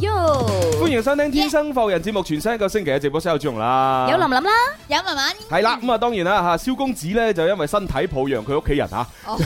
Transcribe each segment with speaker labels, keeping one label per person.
Speaker 1: Yo，
Speaker 2: 歡迎收聽《天生浮人》節目，全新一個星期嘅直播室有朱容啦，
Speaker 1: 有林琳啦，
Speaker 3: 有文文，
Speaker 2: 係啦，咁啊當然啦嚇，蕭公子咧就因為身體抱恙，佢屋企人嚇，
Speaker 3: 哦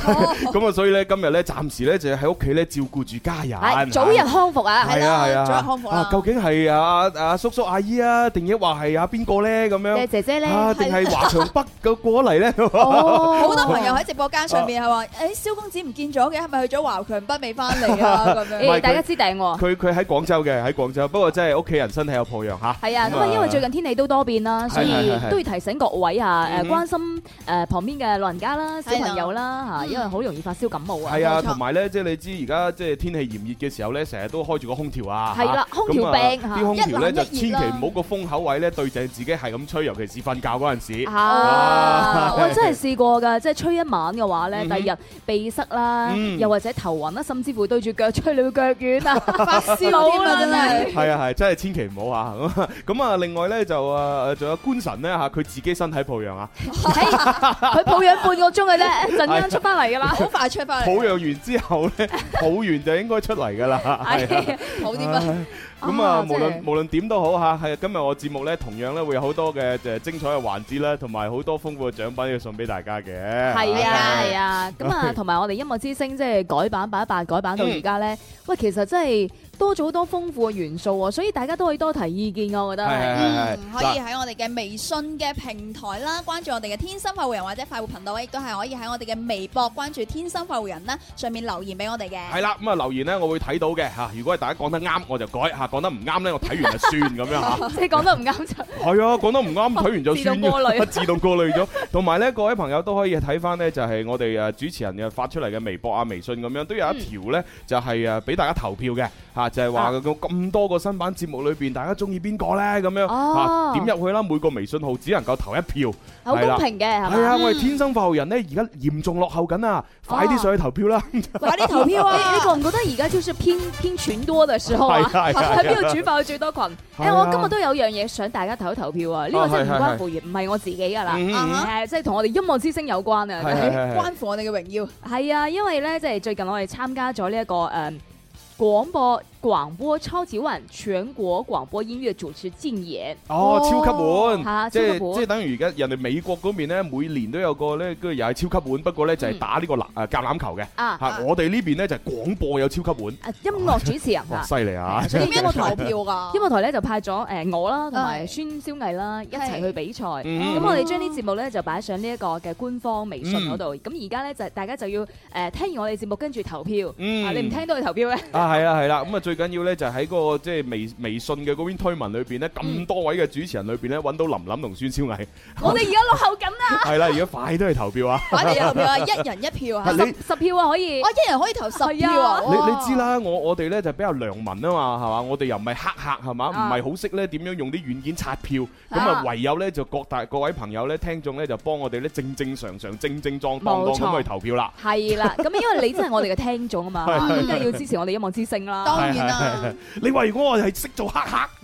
Speaker 2: 咁啊所以咧今日咧暫時咧就喺屋企咧照顧住家
Speaker 1: 係
Speaker 2: 人，
Speaker 1: 哎早日康復啊！
Speaker 2: 啊係啊係啊，
Speaker 3: 早日康復啦
Speaker 2: 啊究竟係啊啊叔叔阿姨啊，定抑或係啊邊個咧咁
Speaker 1: 誒
Speaker 2: 樣
Speaker 1: 姐姐咧，
Speaker 2: 啊？定係華強北嘅過嚟咧？
Speaker 1: 哦，
Speaker 3: 好多朋友喺直播間上面係
Speaker 2: 哦
Speaker 3: 話：誒，蕭公子唔見咗嘅，係咪去咗華強北未翻嚟啊？ 咁樣
Speaker 2: 唔係
Speaker 1: 誒
Speaker 2: 佢
Speaker 1: 大家知定喎。
Speaker 2: 佢佢喺廣州嘅，喺廣州，不過真係屋企人身體有抱恙嚇。
Speaker 1: 係啊，咁啊，因為最近天氣都多變啦，所以
Speaker 2: 係係係
Speaker 1: 都要提醒各位啊，
Speaker 2: 嗯
Speaker 1: 誒關心誒旁邊嘅老人家
Speaker 3: 啊
Speaker 1: 啦、小朋友啦
Speaker 3: 嗯
Speaker 1: 嚇，因為好容易發燒感冒啊。
Speaker 2: 係啊，
Speaker 3: 冇錯
Speaker 2: 同埋咧，即係你知而家即係天氣炎熱嘅時候咧，成日都開住個空調啊，
Speaker 1: 係啦
Speaker 2: 嚇
Speaker 1: 空調病
Speaker 2: 咁啊
Speaker 1: 嚇
Speaker 2: 啲空調咧
Speaker 3: 一冷一熱
Speaker 2: 就
Speaker 3: 啦
Speaker 2: 千祈唔好個風口位咧對正自己係咁吹，尤其是瞓覺嗰陣時。
Speaker 1: 啊！
Speaker 3: 哦
Speaker 2: 啊
Speaker 1: 我真係試過㗎，即係吹一晚嘅話咧，
Speaker 2: 嗯
Speaker 1: 第
Speaker 2: 哼
Speaker 1: 二日鼻塞啦，
Speaker 2: 嗯
Speaker 1: 又或者頭暈啦，甚至乎對住腳吹，你會腳軟 啊！
Speaker 3: 發燒添啊，真係。
Speaker 2: 係啊係，真係千祈唔好啊！咁啊 咁啊，另外咧就啊，仲有官神咧嚇，佢自己身體抱恙啊，
Speaker 1: 嘿哎佢抱養半個鐘嘅啫，一陣間出翻嚟㗎啦。
Speaker 3: 好快出翻
Speaker 2: 抱
Speaker 3: 嚟，
Speaker 2: 恙完之後 咧，抱完就應該出嚟㗎啦。係啊
Speaker 1: 係
Speaker 3: 好啲啊！
Speaker 2: 咁
Speaker 1: 哎啊
Speaker 2: 啊，無論
Speaker 1: 真係
Speaker 2: 無論點都好嚇，係今日我節目咧，同樣咧會有好多嘅誒精彩嘅環節啦，同埋好多豐富嘅獎品要送俾大家嘅。
Speaker 1: 係
Speaker 3: 係
Speaker 1: 啊
Speaker 3: 啊
Speaker 1: 係啊，咁 啊同埋我哋音樂之星即係改版版一版改版到而家
Speaker 2: 嗯
Speaker 1: 咧，喂其實真係多咗好多豐富嘅元素喎，所以大家都可以多提意見㗎，我覺得係。
Speaker 2: 係係係
Speaker 3: 嗯，可以喺我哋嘅微信嘅平台啦，關注我哋嘅天生快活人或者快活頻道，亦都係可以喺我哋嘅微博關注天生快活人啦，上面留言俾我哋
Speaker 2: 係
Speaker 3: 嘅。
Speaker 2: 啦，咁啊留言咧，我會睇到嘅嚇。如果係大家講得啱，我就改嚇；講得唔啱咧，我睇完就 算咁樣嚇。
Speaker 1: 即係講得唔啱就
Speaker 2: 係啊，講得唔啱，睇完就算
Speaker 1: 自動 過濾
Speaker 2: 咗，自動過濾咗。同埋咧，各位朋友都可以睇翻咧，就係我哋誒主持人嘅發出嚟嘅微博啊、微信咁樣，都有一條咧，就係誒俾大家投票嘅嚇，就係話咁咁多個新版節目裏邊，大家中意邊個咧咁樣
Speaker 1: 哦
Speaker 2: 嚇？點入去啦？每個微信號只能夠投一票。
Speaker 1: 好
Speaker 2: 係啦
Speaker 1: 公平嘅係
Speaker 2: 係
Speaker 1: 嘛？
Speaker 2: 啊，我哋天生發號人咧，而家嚴重落後緊啊！快啲上去投票啦！
Speaker 1: 喂
Speaker 3: 快啲投票啊
Speaker 1: 你你覺唔覺得而家就是偏偏群多嘅時候啊？
Speaker 2: 係啊係啊
Speaker 1: 喺邊度主爆最多群？
Speaker 2: 係
Speaker 1: 誒，
Speaker 2: 啊
Speaker 1: 我今日都有樣嘢想大家投一投票啊！呢個
Speaker 2: 啊
Speaker 1: 真係唔
Speaker 2: 係係
Speaker 1: 關
Speaker 2: 係
Speaker 1: 乎業，唔係我自己㗎啦，
Speaker 2: 嗯
Speaker 3: 啊哈
Speaker 1: 誒，即係同我哋音樂之星有關啊！真係
Speaker 2: 係係係
Speaker 3: 哎關乎我哋嘅榮耀，
Speaker 1: 係啊，因為咧，即係最近我哋參加咗呢一個誒、呃、廣播廣播超級碗全國廣播音樂主持競演，
Speaker 2: 哦，超級碗。
Speaker 1: 嚇、
Speaker 2: 即
Speaker 1: 超級
Speaker 2: 係即係
Speaker 1: 碗。
Speaker 2: 等於而家人哋美國嗰邊咧，每年都有個咧，跟住又係超級碗，不過咧就係打呢個籃誒橄欖球嘅。
Speaker 1: 啊
Speaker 2: 嚇，我哋呢邊咧就係廣播有超級碗，
Speaker 1: 啊音樂主持人
Speaker 2: 哇，
Speaker 1: 啊。
Speaker 2: 犀利啊！
Speaker 1: 所以
Speaker 3: 點
Speaker 1: 音
Speaker 3: 樣
Speaker 1: 樂
Speaker 3: 投
Speaker 1: 台，
Speaker 3: 票啊㗎？
Speaker 1: 音樂台咧就派咗誒我啦，同埋
Speaker 3: 哦係
Speaker 1: 孫小藝啦一齊去比賽。
Speaker 2: 嗯
Speaker 1: 咁我哋將啲節目咧就擺上呢一個嘅官方微信
Speaker 2: 嗯
Speaker 1: 嗰度。咁而家咧就大家就要誒聽完我哋節目跟住投票。
Speaker 2: 嗯
Speaker 1: 啊， 你唔聽到去投票咧？
Speaker 2: 啊，係啦，係啦，咁啊最緊要咧就喺嗰個即係微微信嘅嗰邊推文裏邊咧，咁多位嘅主持人裏邊咧，揾到林琳同孫超毅，
Speaker 1: 我哋而家落後緊啊！
Speaker 2: 係啦，而家快啲去投票啊！
Speaker 3: 快啲投票啊！一人一票啊！
Speaker 2: 你
Speaker 1: 十票啊，可以
Speaker 3: 我。一人可以投十票啊！
Speaker 2: 你
Speaker 1: 哦
Speaker 3: 哇
Speaker 2: 你知，啦，我我哋咧就比較良民啊嘛，係嘛？我哋又唔係黑客係嘛，唔
Speaker 1: 啊
Speaker 2: 係好識咧點樣用啲軟件刷票，咁
Speaker 1: 啊
Speaker 2: 啊唯有咧就各大各位朋友咧聽眾咧就幫我哋咧正正常常、正正當當
Speaker 1: 冇錯
Speaker 2: 咁去投票啦。
Speaker 1: 係啦，咁因為你真係我哋嘅聽眾啊嘛，
Speaker 2: 係
Speaker 1: 咁梗係要支持我哋音樂之星啦。
Speaker 3: 當然啦，
Speaker 2: 你話如果我係識做黑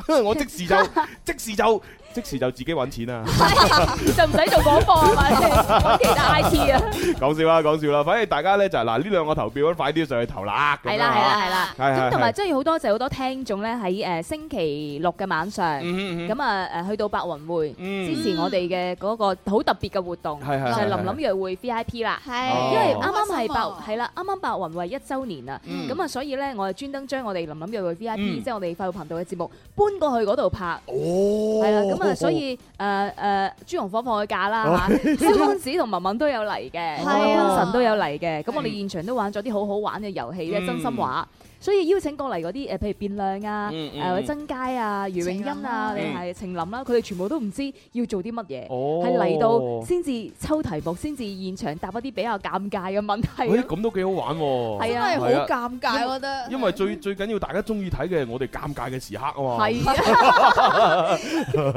Speaker 2: 客， 我即時 就即時就即時就自己揾錢啊！
Speaker 1: 就唔使做廣播啊嘛，揾其他 I T 啊。
Speaker 2: 講笑啦，講笑啦，反正大家咧就係嗱呢兩個投票，快啲上去投啦。咁樣啊
Speaker 1: 係啦，係啦，係啦。
Speaker 2: 係係
Speaker 1: 咁
Speaker 2: 係
Speaker 1: 同埋真係好多謝好多聽眾咧，喺誒星期六嘅晚上，
Speaker 2: 嗯嗯嗯
Speaker 1: 咁啊誒去到白雲匯
Speaker 2: 嗯
Speaker 1: 支持我哋嘅嗰個好特別嘅活動，就
Speaker 2: 係係係
Speaker 1: 係
Speaker 2: 係
Speaker 1: 林林約會 V I P 啦。
Speaker 3: 係
Speaker 2: 哦
Speaker 1: 因為啱啱係
Speaker 3: 好開
Speaker 1: 白
Speaker 3: 心啊
Speaker 1: 係啦，啱啱白雲為一週年啊，
Speaker 2: 嗯
Speaker 1: 咁啊，所以咧我係專登將我哋林林約會 V I P，
Speaker 2: 嗯
Speaker 1: 即係我哋快活頻道嘅節目搬過去嗰度拍，
Speaker 2: 哦，
Speaker 1: 係啦，咁咁啊，所以誒誒朱紅火放佢假
Speaker 2: 哦
Speaker 1: 啦嚇， 蕭公子同文文都有嚟嘅，
Speaker 3: 係啊
Speaker 1: 潘神都有嚟嘅。咁我哋現場都玩咗啲好好玩嘅遊戲
Speaker 2: 嗯
Speaker 1: 咧，真心話。所以邀請過嚟嗰啲誒，呃譬如變亮啊、
Speaker 2: 嗯嗯
Speaker 1: 誒或者曾佳啊、余永欣啊，你
Speaker 2: 晴林啊
Speaker 1: 係晴林啦，佢哋全部都唔知要做啲乜嘢，
Speaker 2: 哦
Speaker 1: 係嚟到先至抽題目，先至現場答一啲比較尷尬嘅問題
Speaker 2: 喂，
Speaker 1: 咯。
Speaker 2: 咁都幾好玩喎！
Speaker 1: 係
Speaker 3: 真
Speaker 1: 啊
Speaker 3: 係好
Speaker 2: 係啊
Speaker 3: 尷尬，我覺得。
Speaker 2: 因為最最緊要大家中意睇嘅係我哋尷尬嘅時刻啊嘛。
Speaker 1: 係
Speaker 2: 啊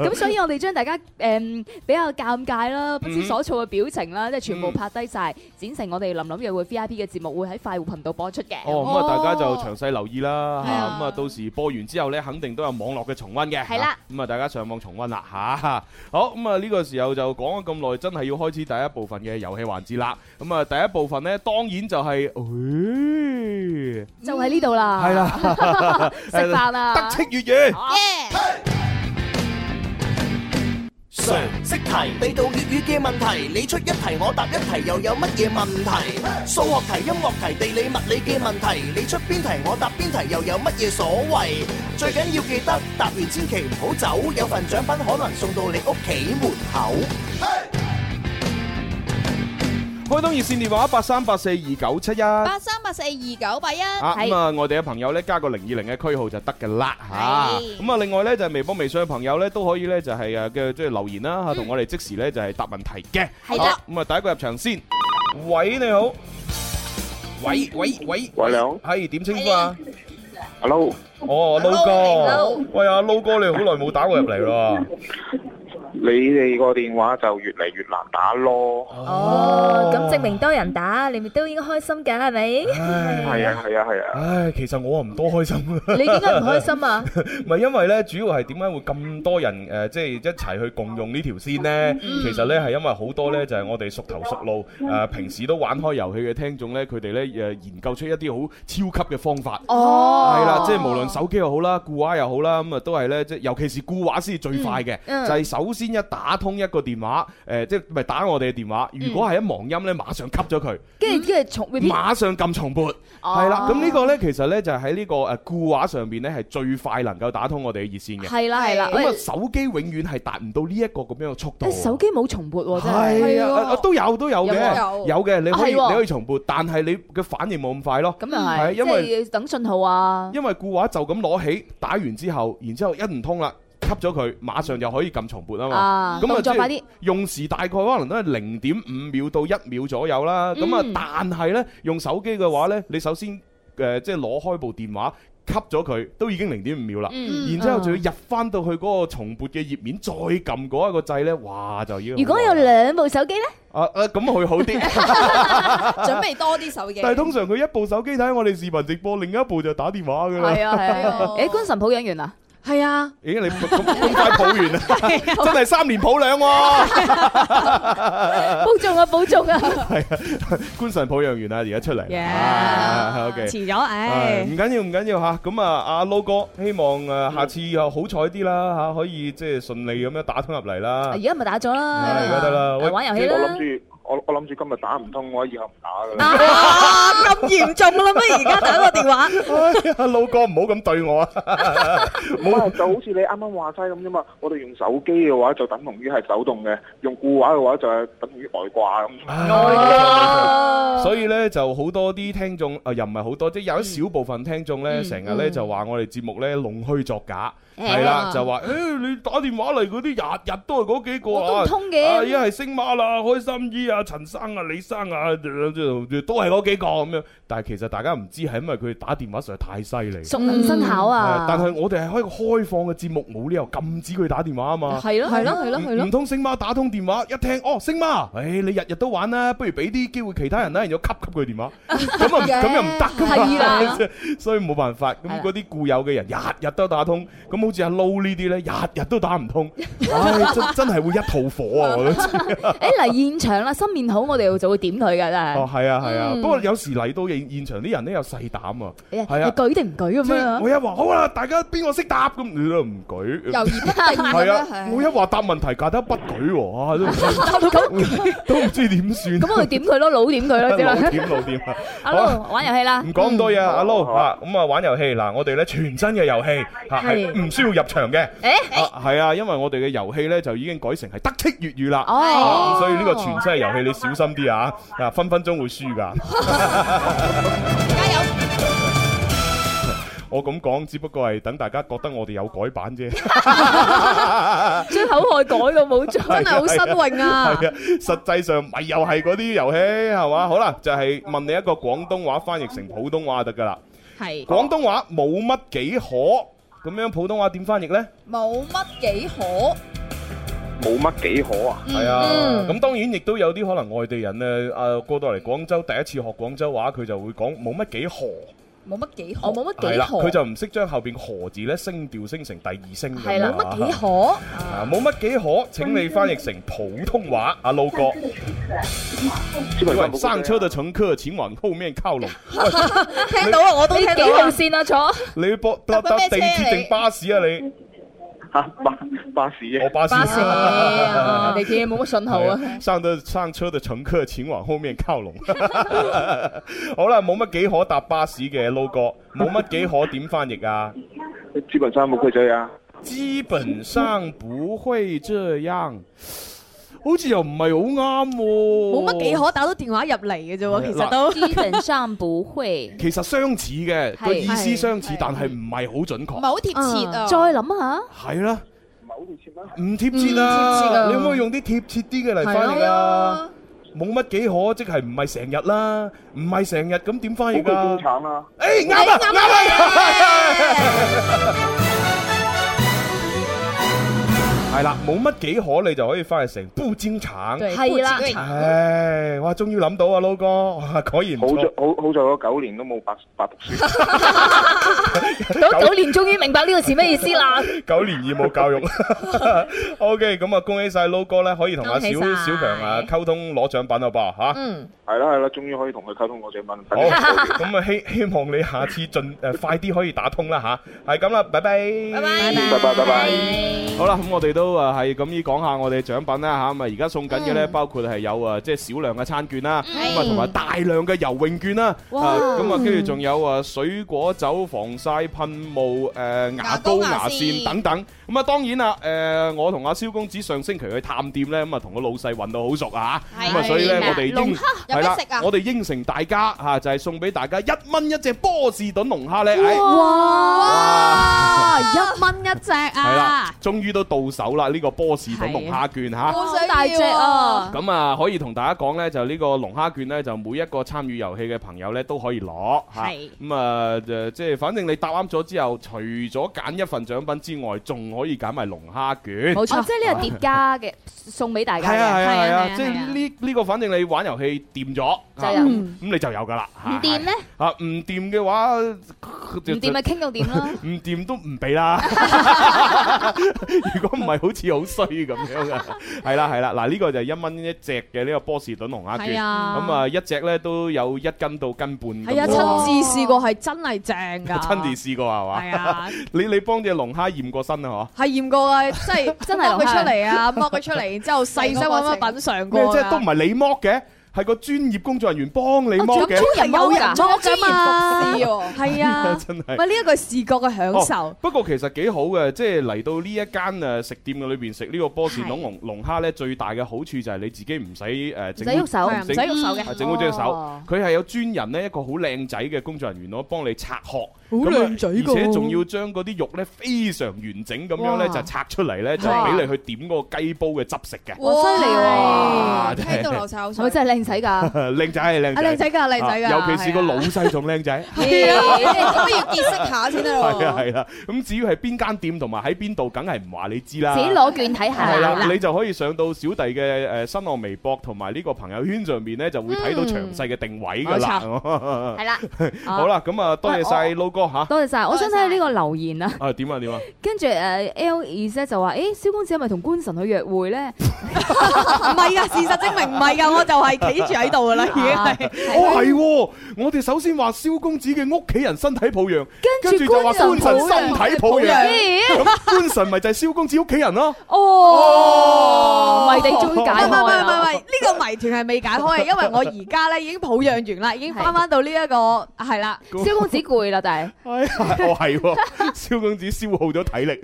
Speaker 1: 咁所以我哋將大家誒、嗯比較尷尬
Speaker 2: 嗯
Speaker 1: 啦、不知所措嘅表情啦，即係全部拍低晒，剪成我哋林林約會 V I P 嘅節目，會喺快活頻道播出嘅。
Speaker 2: 哦，咁
Speaker 3: 哦
Speaker 2: 啊，大家就詳細留意啦
Speaker 3: 係啊
Speaker 2: 嚇，咁啊，到時播完之後呢，肯定都有網絡嘅重温嘅。
Speaker 1: 係啦
Speaker 2: 嚇，咁啊，大家上網重温啦 嚇。好，咁啊，呢個時候就講咗咁耐，真係要開始第一部分嘅遊戲環節啦。咁啊，第一部分呢，當然就係，誒
Speaker 1: 就喺呢度啦，
Speaker 2: 哎係啦，
Speaker 1: 啊 食飯啊啦，
Speaker 2: 德式粵語。
Speaker 3: Yeah，
Speaker 4: 常識題，俾到粵語嘅問題，你出一題我答一題，又有乜嘢問題？數學題、音樂題、地理物理嘅問題，你出邊題我答邊題，又有乜嘢所謂？最緊要記得答完千祈唔好走，有份獎品可能送到你屋企門口。
Speaker 2: 開通熱線電話八三八四二九七一。
Speaker 3: 八三八四二九八一，
Speaker 2: 啊，
Speaker 1: 係
Speaker 2: 咁啊，外地嘅朋友咧，加個零二零嘅區號就得嘅啦
Speaker 3: 係
Speaker 2: 嚇。咁啊，另外咧就係微博、微信嘅朋友咧，都可以咧就係誒嘅即係留言啦，嚇同我哋即時咧就係答問題嘅。
Speaker 1: 係啦
Speaker 2: 好。咁啊，第一個入場先。喂，你好。喂喂喂。
Speaker 5: 喂你好
Speaker 2: 係點稱呼啊？
Speaker 5: Hello，
Speaker 2: 哦，撈
Speaker 3: Hello，
Speaker 2: 哥。喂啊，撈哥，你好耐冇打過入嚟咯。
Speaker 5: 你哋個電話就越嚟越難打咯。
Speaker 6: 哦，咁證明多人打，你咪都應該開心㗎，係咪？
Speaker 5: 係
Speaker 2: 係。
Speaker 5: 啊，係啊，係啊。
Speaker 2: 唉，其實我啊唔多開心啦。
Speaker 6: 你點解唔開心啊？
Speaker 2: 唔係因為咧，主要係點解會咁多人誒、呃即係一齊去共用呢條線呢？其實呢，係因為好多呢，就係、我哋熟頭熟路誒、呃平時都玩開遊戲嘅聽眾呢，佢哋呢誒、呃研究出一啲好超級嘅方法。
Speaker 1: 哦，
Speaker 2: 係啦，即係無論手機又好啦，固話又好啦，咁啊都係咧，即係尤其是固話先係最快嘅，
Speaker 6: 嗯嗯
Speaker 2: 就係首先一打通一個電話，誒即係咪打我哋嘅電話？如果係一忙音呢，馬上吸咗佢，
Speaker 1: 跟住跟住重 repeat，
Speaker 2: 馬上撳重撥。
Speaker 1: 哦
Speaker 2: 係啦，咁呢個呢，其實呢，就係喺呢個誒固話上邊呢，係最快能夠打通我哋嘅熱線嘅。
Speaker 1: 哦係啦係啦，
Speaker 2: 咁啊，手機永遠係達唔到呢一個咁樣嘅速度。啊
Speaker 1: 喂，手機冇重撥喎，真
Speaker 2: 係
Speaker 1: 係，
Speaker 2: 啊啊，啊都有都有
Speaker 1: 有
Speaker 2: 嘅，
Speaker 3: 冇
Speaker 2: 有嘅，你可以
Speaker 1: 啊係喎
Speaker 2: 你可以重撥，但係你嘅反應冇咁快咯。
Speaker 1: 咁又
Speaker 2: 係
Speaker 1: 係，即
Speaker 2: 因為
Speaker 1: 係要等信號啊，
Speaker 2: 因為固話就咁攞起，打完之後，然之後一唔通啦，吸咗佢，馬上就可以撳重撥啊嘛。
Speaker 1: 啊，
Speaker 2: 咁啊
Speaker 1: 動作
Speaker 2: 即係
Speaker 1: 快啲，
Speaker 2: 用時大概可能都係零點五秒到一秒左右啦。咁啊、
Speaker 1: 嗯
Speaker 2: 但係呢，用手機嘅話呢，你首先誒、呃即係攞開部電話，吸咗佢，都已經零點五秒啦。
Speaker 1: 嗯
Speaker 2: 然之後就要入翻到去嗰個重撥嘅頁面，再撳嗰一個掣呢，哇就要
Speaker 6: 如果有兩部手機咧，
Speaker 2: 啊啊咁佢好啲，
Speaker 3: 準備多啲手機。
Speaker 2: 但係通常佢一部手機睇我哋視頻直播，另一部就打電話㗎啦。
Speaker 1: 係啊係啊，
Speaker 3: 係啊
Speaker 1: 誒官神抱養 完啦，
Speaker 6: 係
Speaker 7: à,
Speaker 6: 啊，
Speaker 2: 咦你咁咁快抱完啦，真係三年抱兩喎！
Speaker 1: 保重啊 保重啊，
Speaker 2: 官神抱養完啦，而家出嚟啦
Speaker 1: Yeah
Speaker 2: 啊，OK。
Speaker 6: 遲咗，
Speaker 2: 唉
Speaker 6: 唉，
Speaker 2: 唔緊要，唔緊要吓，咁啊，阿 Low 哥，希望誒下次又好彩啲啦吓，可以即係順利咁樣打通入嚟啦
Speaker 1: 而。家咪打咗啦，
Speaker 2: 係而家得啦喂
Speaker 1: 玩遊戲
Speaker 5: 我
Speaker 1: 啦。
Speaker 5: 諗住，我我諗住今日打唔通，我以後唔打噶啦。
Speaker 6: 啊， 咁嚴重啦咩？而家打個 電話，
Speaker 2: 哎呀，Low 哥唔好咁對我啊！
Speaker 5: 冇，就好似你啱啱話齋咁啫嘛。我哋用手機嘅話就等同於係手動嘅，用固話嘅話就係等同於外掛咁。
Speaker 2: 啊
Speaker 1: 哦
Speaker 2: 所以咧就好多啲聽眾，啊又唔係好多，即係有一小部分聽眾
Speaker 1: 嗯
Speaker 2: 咧，成日咧就話我哋節目咧弄虛作假，係
Speaker 1: 啊
Speaker 2: 啦，就話誒你打電話嚟嗰啲日日都係嗰幾個
Speaker 1: 我都
Speaker 2: 啊
Speaker 1: 唔。通
Speaker 2: 啊！
Speaker 1: 嘅
Speaker 2: 一，係星媽啦、開心姨啊、陳生啊、李生啊，都係嗰幾個咁樣。但係其實大家唔知係因為佢哋打電話實在太犀利。
Speaker 1: 熟能生巧啊
Speaker 2: 係！但係我哋係開個開放嘅節目，冇理由禁止佢打電話啊嘛。
Speaker 1: 係咯係咯係咯係
Speaker 2: 唔
Speaker 1: 咯，
Speaker 2: 通星媽打通電話一聽，哦，星媽，誒你日日都玩啦，不如俾啲機會其他人啦，然之後吸吸佢電 話，咁啊咁又唔得噶
Speaker 1: 係
Speaker 2: 嘛
Speaker 1: 啦，
Speaker 2: 所以冇辦法。
Speaker 1: 係
Speaker 2: 咁
Speaker 1: 啦
Speaker 2: 嗰啲固有嘅人日日都打通，咁好似阿 Low 呢啲咧，日日都打唔 通，唉，真真係會一肚火啊！我都知
Speaker 1: 誒嚟現場啦，心面好，我哋就會點佢㗎
Speaker 2: 哦
Speaker 1: 真，
Speaker 2: 係啊係
Speaker 1: 嗯
Speaker 2: 啊，不過有時嚟到現現場啲人咧有細膽啊，
Speaker 1: 係，
Speaker 2: 係啊
Speaker 1: 你舉定唔舉咁
Speaker 2: 即
Speaker 1: 樣
Speaker 2: 係
Speaker 1: 啊？
Speaker 2: 我一話好啦，大家邊個識答咁，你都唔舉。
Speaker 3: 猶豫不定咁
Speaker 2: 係
Speaker 3: 樣
Speaker 2: 啊，我一
Speaker 3: 係。
Speaker 2: 話答問 題，架得不舉喎，啊都唔知都唔知點算。
Speaker 1: 咁我哋點佢咯，老點佢咯，只嗯啦
Speaker 2: 老點老點啊！
Speaker 1: 阿 Lou 玩遊戲啦
Speaker 2: 唔，講咁多嘢啊，阿 Lou
Speaker 5: 好
Speaker 2: 嚇，咁啊玩遊戲嗱，我哋咧全新嘅遊戲嚇係
Speaker 6: 係
Speaker 2: 唔需要入場嘅，
Speaker 6: 诶，
Speaker 2: 啊係啊，因為我哋嘅遊戲咧就已經改成係得戚粵語啦。
Speaker 1: 哦
Speaker 2: 啊，所以呢個全新嘅遊戲你小心啲啊！啊，分分鐘會輸㗎。
Speaker 3: 加油！
Speaker 2: 我咁講，只不過係等大家覺得我哋有改版啫。
Speaker 1: 將口號改到冇咗，
Speaker 3: 真係好失榮啊！
Speaker 2: 係啊，實際上咪又係嗰啲遊戲係嘛？好啦，就係問你一個廣東話翻譯成普通話就得㗎啦。
Speaker 1: 係
Speaker 2: 廣東話冇乜幾可，咁樣普通話點翻譯呢？
Speaker 3: 冇乜幾可，
Speaker 5: 冇乜幾可
Speaker 6: 嗯
Speaker 5: 啊！
Speaker 2: 係啊，咁當然亦都有啲可能外地人咧，誒過到嚟廣州第一次學廣州話，佢就會講冇乜幾何，
Speaker 3: 冇乜幾可，
Speaker 1: 我冇乜
Speaker 2: 係
Speaker 1: 幾
Speaker 2: 啦，佢
Speaker 1: 何，
Speaker 2: 就唔識將後邊何字咧升調升成第二聲咁
Speaker 6: 係啦，
Speaker 2: 樣
Speaker 6: 乜
Speaker 2: 啊
Speaker 6: 幾可？
Speaker 2: 啊冇乜幾可，請你翻譯成普通話，阿路 哥。
Speaker 5: 因
Speaker 2: 因為上 車的乘客請往後面 靠攏。
Speaker 3: 聽到啊，我都
Speaker 6: 你
Speaker 3: 聽
Speaker 6: 幾
Speaker 3: 到
Speaker 6: 號
Speaker 3: 啊！
Speaker 6: 線啊？坐
Speaker 2: 你博搭
Speaker 3: 搭
Speaker 2: 搭
Speaker 3: 咩
Speaker 2: 地
Speaker 3: 車
Speaker 2: 鐵
Speaker 3: 你
Speaker 2: 定巴士啊？ 你
Speaker 5: 嚇巴巴士
Speaker 2: 我
Speaker 5: 嘅，
Speaker 2: 巴士。啊
Speaker 6: 巴士
Speaker 1: Dạ.
Speaker 6: 啊，地鐵冇乜信號啊。
Speaker 2: 係啊上的上車的乘客請往後面靠攏。 好啦，冇乜幾可搭巴士嘅 logo，冇乜幾可點翻譯啊？
Speaker 5: 朱文山冇佢仔啊！
Speaker 2: 基本上不會這樣，好似又唔係好啱喎。
Speaker 7: 冇乜幾可打到電話入嚟嘅啫喎，其實都
Speaker 1: 基本上不會。
Speaker 2: 其實相似嘅
Speaker 1: 係
Speaker 2: 個意思相似
Speaker 3: 係，
Speaker 2: 但係唔係好準
Speaker 3: 唔
Speaker 2: 確
Speaker 3: 係。好貼切啊！
Speaker 1: 再諗下，
Speaker 2: 係啦，
Speaker 5: 唔係好貼切咩？
Speaker 2: 唔貼切
Speaker 6: 唔貼切
Speaker 2: 啊！
Speaker 6: 啊
Speaker 2: 你可唔可以用啲貼切啲嘅嚟翻譯啊？冇乜幾可，即係唔係成日啦，唔係成日咁點翻啊
Speaker 5: 好
Speaker 2: 譯
Speaker 5: 佢
Speaker 2: 㗎？
Speaker 5: 中產啦！
Speaker 2: 誒啱啊啱啊！係啦，冇乜幾可你就可以翻去成布精橙。
Speaker 6: 對係啦，
Speaker 2: 唉，哇！終於諗到啊，撈哥，哇果然唔
Speaker 5: 好在
Speaker 2: 錯。
Speaker 5: 好好在嗰九年都冇白白讀書。
Speaker 6: 九九年終於明白呢個字咩意思啦。
Speaker 2: 九年義務教育。OK，咁啊，恭喜晒撈哥咧，可以同阿小
Speaker 6: 恭喜晒
Speaker 2: 小強啊溝通攞獎品啦噃嚇。
Speaker 6: 嗯，
Speaker 5: 係啦係啦，終於可以同佢溝通我隻蚊。好
Speaker 2: 好，咁啊希希望你下次盡誒快啲可以打通啦吓，係咁啦，拜拜。拜拜。
Speaker 5: 拜拜拜拜。
Speaker 2: 好啦，咁我哋都誒係咁依講下我哋獎品啦嚇，咁啊而家送緊嘅咧，包括係有誒即係少量嘅餐券啦，咁啊同埋大量嘅游泳券啦，啊咁啊跟住仲有誒水果酒、防曬噴霧、誒牙膏、牙
Speaker 3: 牙膏牙
Speaker 2: 線
Speaker 3: 線
Speaker 2: 等等。咁啊當然啦，誒我同阿蕭公子上星期去探店咧，咁啊同個老細混到好熟啊，
Speaker 3: 係
Speaker 2: 咁啊所以咧
Speaker 1: 係
Speaker 2: 我哋應
Speaker 3: 有
Speaker 2: 係
Speaker 3: 咩
Speaker 2: 啦
Speaker 3: 食啊，
Speaker 2: 我哋應承大家嚇就係送俾大家一蚊一隻波士頓龍蝦咧，唉
Speaker 7: 哇，一蚊一隻
Speaker 2: 係啦
Speaker 7: 啊！，
Speaker 2: 終於都到手啦！呢個波士頓龍蝦券嚇。
Speaker 3: 好
Speaker 1: 好大隻啊！
Speaker 2: 咁啊，可以同大家講呢，就呢個龍蝦券呢，就每一個參與遊戲嘅朋友呢都可以攞嚇。
Speaker 7: 係
Speaker 2: 咁啊，就即係反正你答啱咗之後，除咗揀一份獎品之外，仲可以揀埋龍蝦券。
Speaker 7: 冇
Speaker 1: 哦，
Speaker 7: 錯
Speaker 1: 即，係呢個疊加嘅送俾大家
Speaker 2: 係啊係
Speaker 1: 嘅，
Speaker 2: 啊係
Speaker 7: 係啊係
Speaker 2: 啊！
Speaker 7: 啊
Speaker 2: 即係
Speaker 7: 係啊
Speaker 2: 呢呢個，反正你玩遊戲掂咗，
Speaker 1: 就
Speaker 2: 啊
Speaker 1: 有
Speaker 2: 咁咁你就有㗎啦。唔
Speaker 1: 唔掂咧，
Speaker 2: 啊唔掂嘅話，唔。
Speaker 1: 唔掂咪傾到掂啦
Speaker 2: 唔掂都唔俾啦。 如果唔係，好似好衰咁樣嘅。係啦係啦，嗱呢個就係一蚊一隻嘅呢個波士頓龍蝦
Speaker 7: 係
Speaker 2: 券。
Speaker 7: 啊，
Speaker 2: 咁啊，一隻咧都有一斤到斤半咁。
Speaker 7: 係啊，
Speaker 2: 哇
Speaker 7: 親自試過係真係正㗎，
Speaker 2: 親自試過係嘛？
Speaker 7: 係啊，
Speaker 2: 你你幫只龍蝦驗過身啊？
Speaker 7: 係驗過啊，即係
Speaker 1: 真係
Speaker 7: 剝
Speaker 1: 留
Speaker 7: 佢
Speaker 1: 下
Speaker 7: 出嚟啊，剝佢出嚟，然之後細心
Speaker 3: 成個過
Speaker 7: 咁
Speaker 3: 程
Speaker 7: 樣品
Speaker 2: 嗬？
Speaker 7: 嚐
Speaker 2: 咩
Speaker 7: 過㗎。啊
Speaker 2: 即係都唔係你剝嘅，係個專業工作人員幫你剝嘅
Speaker 7: 咁。
Speaker 1: 人
Speaker 7: 啊有
Speaker 1: 有
Speaker 7: 人
Speaker 1: 人
Speaker 7: 剝㗎
Speaker 3: 專業
Speaker 7: 嘛
Speaker 3: 服侍，喎，
Speaker 7: 係啊，
Speaker 2: 真
Speaker 7: 唔
Speaker 2: 係。
Speaker 7: 係呢一個視覺嘅享受
Speaker 2: 哦。不過其實幾好嘅，即係嚟到呢一間誒呃食店嘅裏邊食呢個波士頓龍龍蝦咧，最大嘅好處就係你自己唔使誒
Speaker 1: 唔
Speaker 2: 整
Speaker 1: 使喐手，
Speaker 7: 係啊唔使喐手嘅
Speaker 2: 啊整好隻手
Speaker 1: 哦，
Speaker 2: 佢係有專人呢一個好靚仔嘅工作人員咯，幫你拆殼，
Speaker 7: 好
Speaker 2: 咁啊
Speaker 7: 靚仔㗎
Speaker 2: 而且仲要將嗰啲肉呢非常完整咁樣呢
Speaker 7: 哇
Speaker 2: 就拆出嚟呢，就
Speaker 1: 係
Speaker 2: 俾你去點嗰個雞煲嘅汁食嘅。
Speaker 1: 哇犀利
Speaker 2: 哇
Speaker 3: 哇
Speaker 2: 真係
Speaker 3: 聽到流晒口
Speaker 1: 係咪
Speaker 3: 水，
Speaker 1: 真係靚仔㗎？
Speaker 2: 靚仔係靚
Speaker 7: 啊，靚
Speaker 2: 仔，
Speaker 7: 仔㗎，靚仔㗎，
Speaker 2: 啊尤其是個
Speaker 7: 係啊
Speaker 2: 老細仲靚仔。
Speaker 3: 咁要結識下先得
Speaker 7: 哦
Speaker 2: 係啊
Speaker 3: 咯。
Speaker 2: 係啦，咁至於係邊間店同埋喺邊度，梗係唔話你知啦。
Speaker 1: 自己攞券睇下
Speaker 2: 係啦，
Speaker 1: 啦。
Speaker 2: 你就可以上到小弟嘅誒新浪微博同埋呢個朋友圈上面呢，就會睇到詳細嘅定位㗎 啦。
Speaker 1: 嗯係啦，哦
Speaker 2: 好啦，咁啊，多謝晒
Speaker 1: 喂
Speaker 2: Low 哥嚇。
Speaker 1: 多謝晒。我想睇下呢個留言啊，
Speaker 2: 啊點啊點啊！
Speaker 1: 跟住誒 L 二啫就話：，誒蕭公子係咪同官神去約會咧？
Speaker 7: 唔係㗎，事實證明唔係㗎，我就係企企住喺度噶啦，已經係。
Speaker 2: 哦，係喎！我哋首先話蕭公子嘅屋企人身體抱恙，
Speaker 1: 跟
Speaker 2: 跟
Speaker 1: 住
Speaker 2: 住就話官
Speaker 1: 官
Speaker 2: 神
Speaker 1: 神
Speaker 2: 身體抱恙。
Speaker 1: 咦
Speaker 2: 咁官神咪就係蕭公子屋企人 咯。
Speaker 1: 哦，迷地終
Speaker 7: 唔係唔係唔係唔係
Speaker 1: 解開啦
Speaker 7: 唔係，呢個谜團係未解開嘅，因為我而家咧已經抱恙完啦，已經翻翻到呢一個係啦。
Speaker 1: 蕭公子攰啦，但係
Speaker 2: 哎呀，哦係喎，蕭公子消耗咗體力。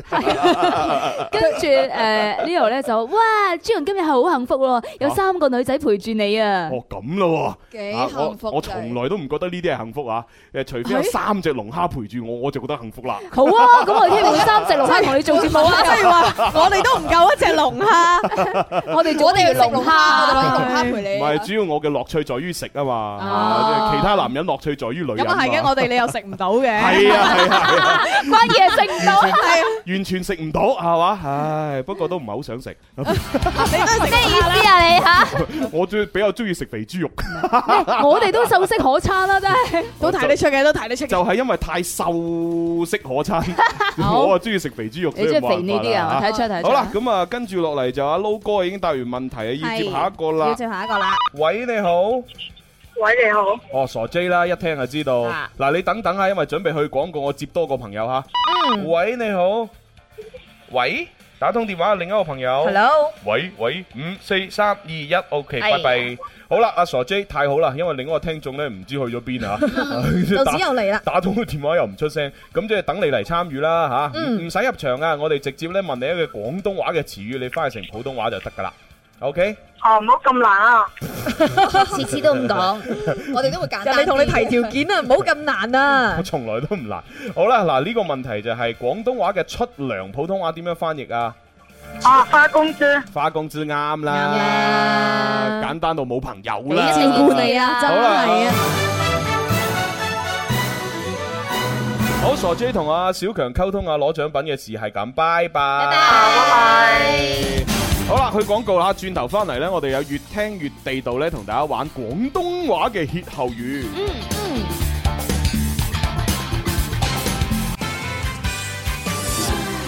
Speaker 1: 跟住誒呢度咧就哇，朱紅今日好幸福喎，有三個女仔陪住你啊！
Speaker 2: 哦，咁咯喎。
Speaker 3: 幾
Speaker 2: 啊
Speaker 3: 幸福
Speaker 2: 我我從來都唔覺得呢啲係幸福啊！誒，除非有三隻龍蝦陪住我，我就覺得幸福啦。
Speaker 1: 好啊，咁我哋聽日會三隻龍蝦同你做節目啊！
Speaker 7: 即 係話我哋都唔夠一隻龍蝦，
Speaker 1: 我哋
Speaker 3: 我哋要食
Speaker 1: 龍
Speaker 3: 龍蝦，我哋
Speaker 1: 蝦，
Speaker 3: 揾龍蝦陪
Speaker 2: 唔
Speaker 3: 你啊。
Speaker 2: 係，主要我嘅樂趣在於食啊嘛
Speaker 1: 啊，
Speaker 2: 其他男人樂趣在於女人
Speaker 7: 咁
Speaker 2: 嘛。
Speaker 7: 啊係嘅，我哋你又食唔到嘅。
Speaker 2: 係啊係啊係啊，
Speaker 1: 關嘢食唔到，
Speaker 2: 完全食唔到係嘛？唉，不過都唔係好想食。
Speaker 1: 咩意思啊你嚇？
Speaker 2: 我最比較中意食肥豬肉，
Speaker 1: 我哋都秀色可餐啦，真係。
Speaker 7: 都睇得出嘅，都睇得出嘅。
Speaker 2: 就係因為太瘦色可餐，
Speaker 1: 好
Speaker 2: 我啊中意食肥豬肉。
Speaker 1: 你中意肥呢啲
Speaker 2: 所以冇辦法啦
Speaker 1: 啊？我睇得出睇得出。
Speaker 2: 好啦，咁啊，跟住落嚟就阿撈哥已經答完問題，要接下一個啦
Speaker 7: 要。接下一個啦。
Speaker 2: 喂，你好。
Speaker 5: 喂，你好。
Speaker 2: 哦，傻 J 啦，一聽就知道。
Speaker 7: 啊
Speaker 2: 嗱，你等等啊，因為準備去廣告，我接多個朋友吓。
Speaker 7: 嗯
Speaker 2: 喂，你好。喂，打通電話另一個朋友。
Speaker 7: ，Hello，
Speaker 2: 喂喂，五四三二一，OK，
Speaker 7: 哎
Speaker 2: 拜拜。好啦，阿傻 J 太好啦，因為另一個聽眾咧唔知去咗邊 啊，
Speaker 7: 道
Speaker 2: 打
Speaker 7: 子又嚟啦。
Speaker 2: 打通個電話又唔出聲，咁即係等你嚟參與啦吓，唔唔使入場啊，我哋直接咧問你一個廣東話嘅詞語，你翻去成普通話就得噶啦。OK，
Speaker 5: 哦，唔好咁難啊！
Speaker 6: 次次都咁講，
Speaker 3: 我哋都會簡
Speaker 7: 人
Speaker 3: 單。
Speaker 7: 哋同你提條。 件啊，唔好咁 難
Speaker 2: 我
Speaker 7: 啊。
Speaker 2: 從來都唔難。好啦，嗱呢個問題就係廣東話嘅出糧，普通話點樣翻譯啊？
Speaker 5: 啊，花公豬，
Speaker 2: 花工資啱
Speaker 7: 啱
Speaker 2: 啦，
Speaker 7: 啦
Speaker 2: 簡單到冇朋友
Speaker 1: 俾
Speaker 2: 啦。
Speaker 1: 一定
Speaker 7: 顧你啊，真
Speaker 2: 好
Speaker 7: 係
Speaker 2: 啦
Speaker 7: 啊。
Speaker 2: 好，傻 J 同阿小強溝通下啊攞獎品嘅事係咁，拜拜。好啦，去廣告啦，轉頭翻嚟呢，我哋有越聽越地道呢，同大家玩廣東話嘅歇後語。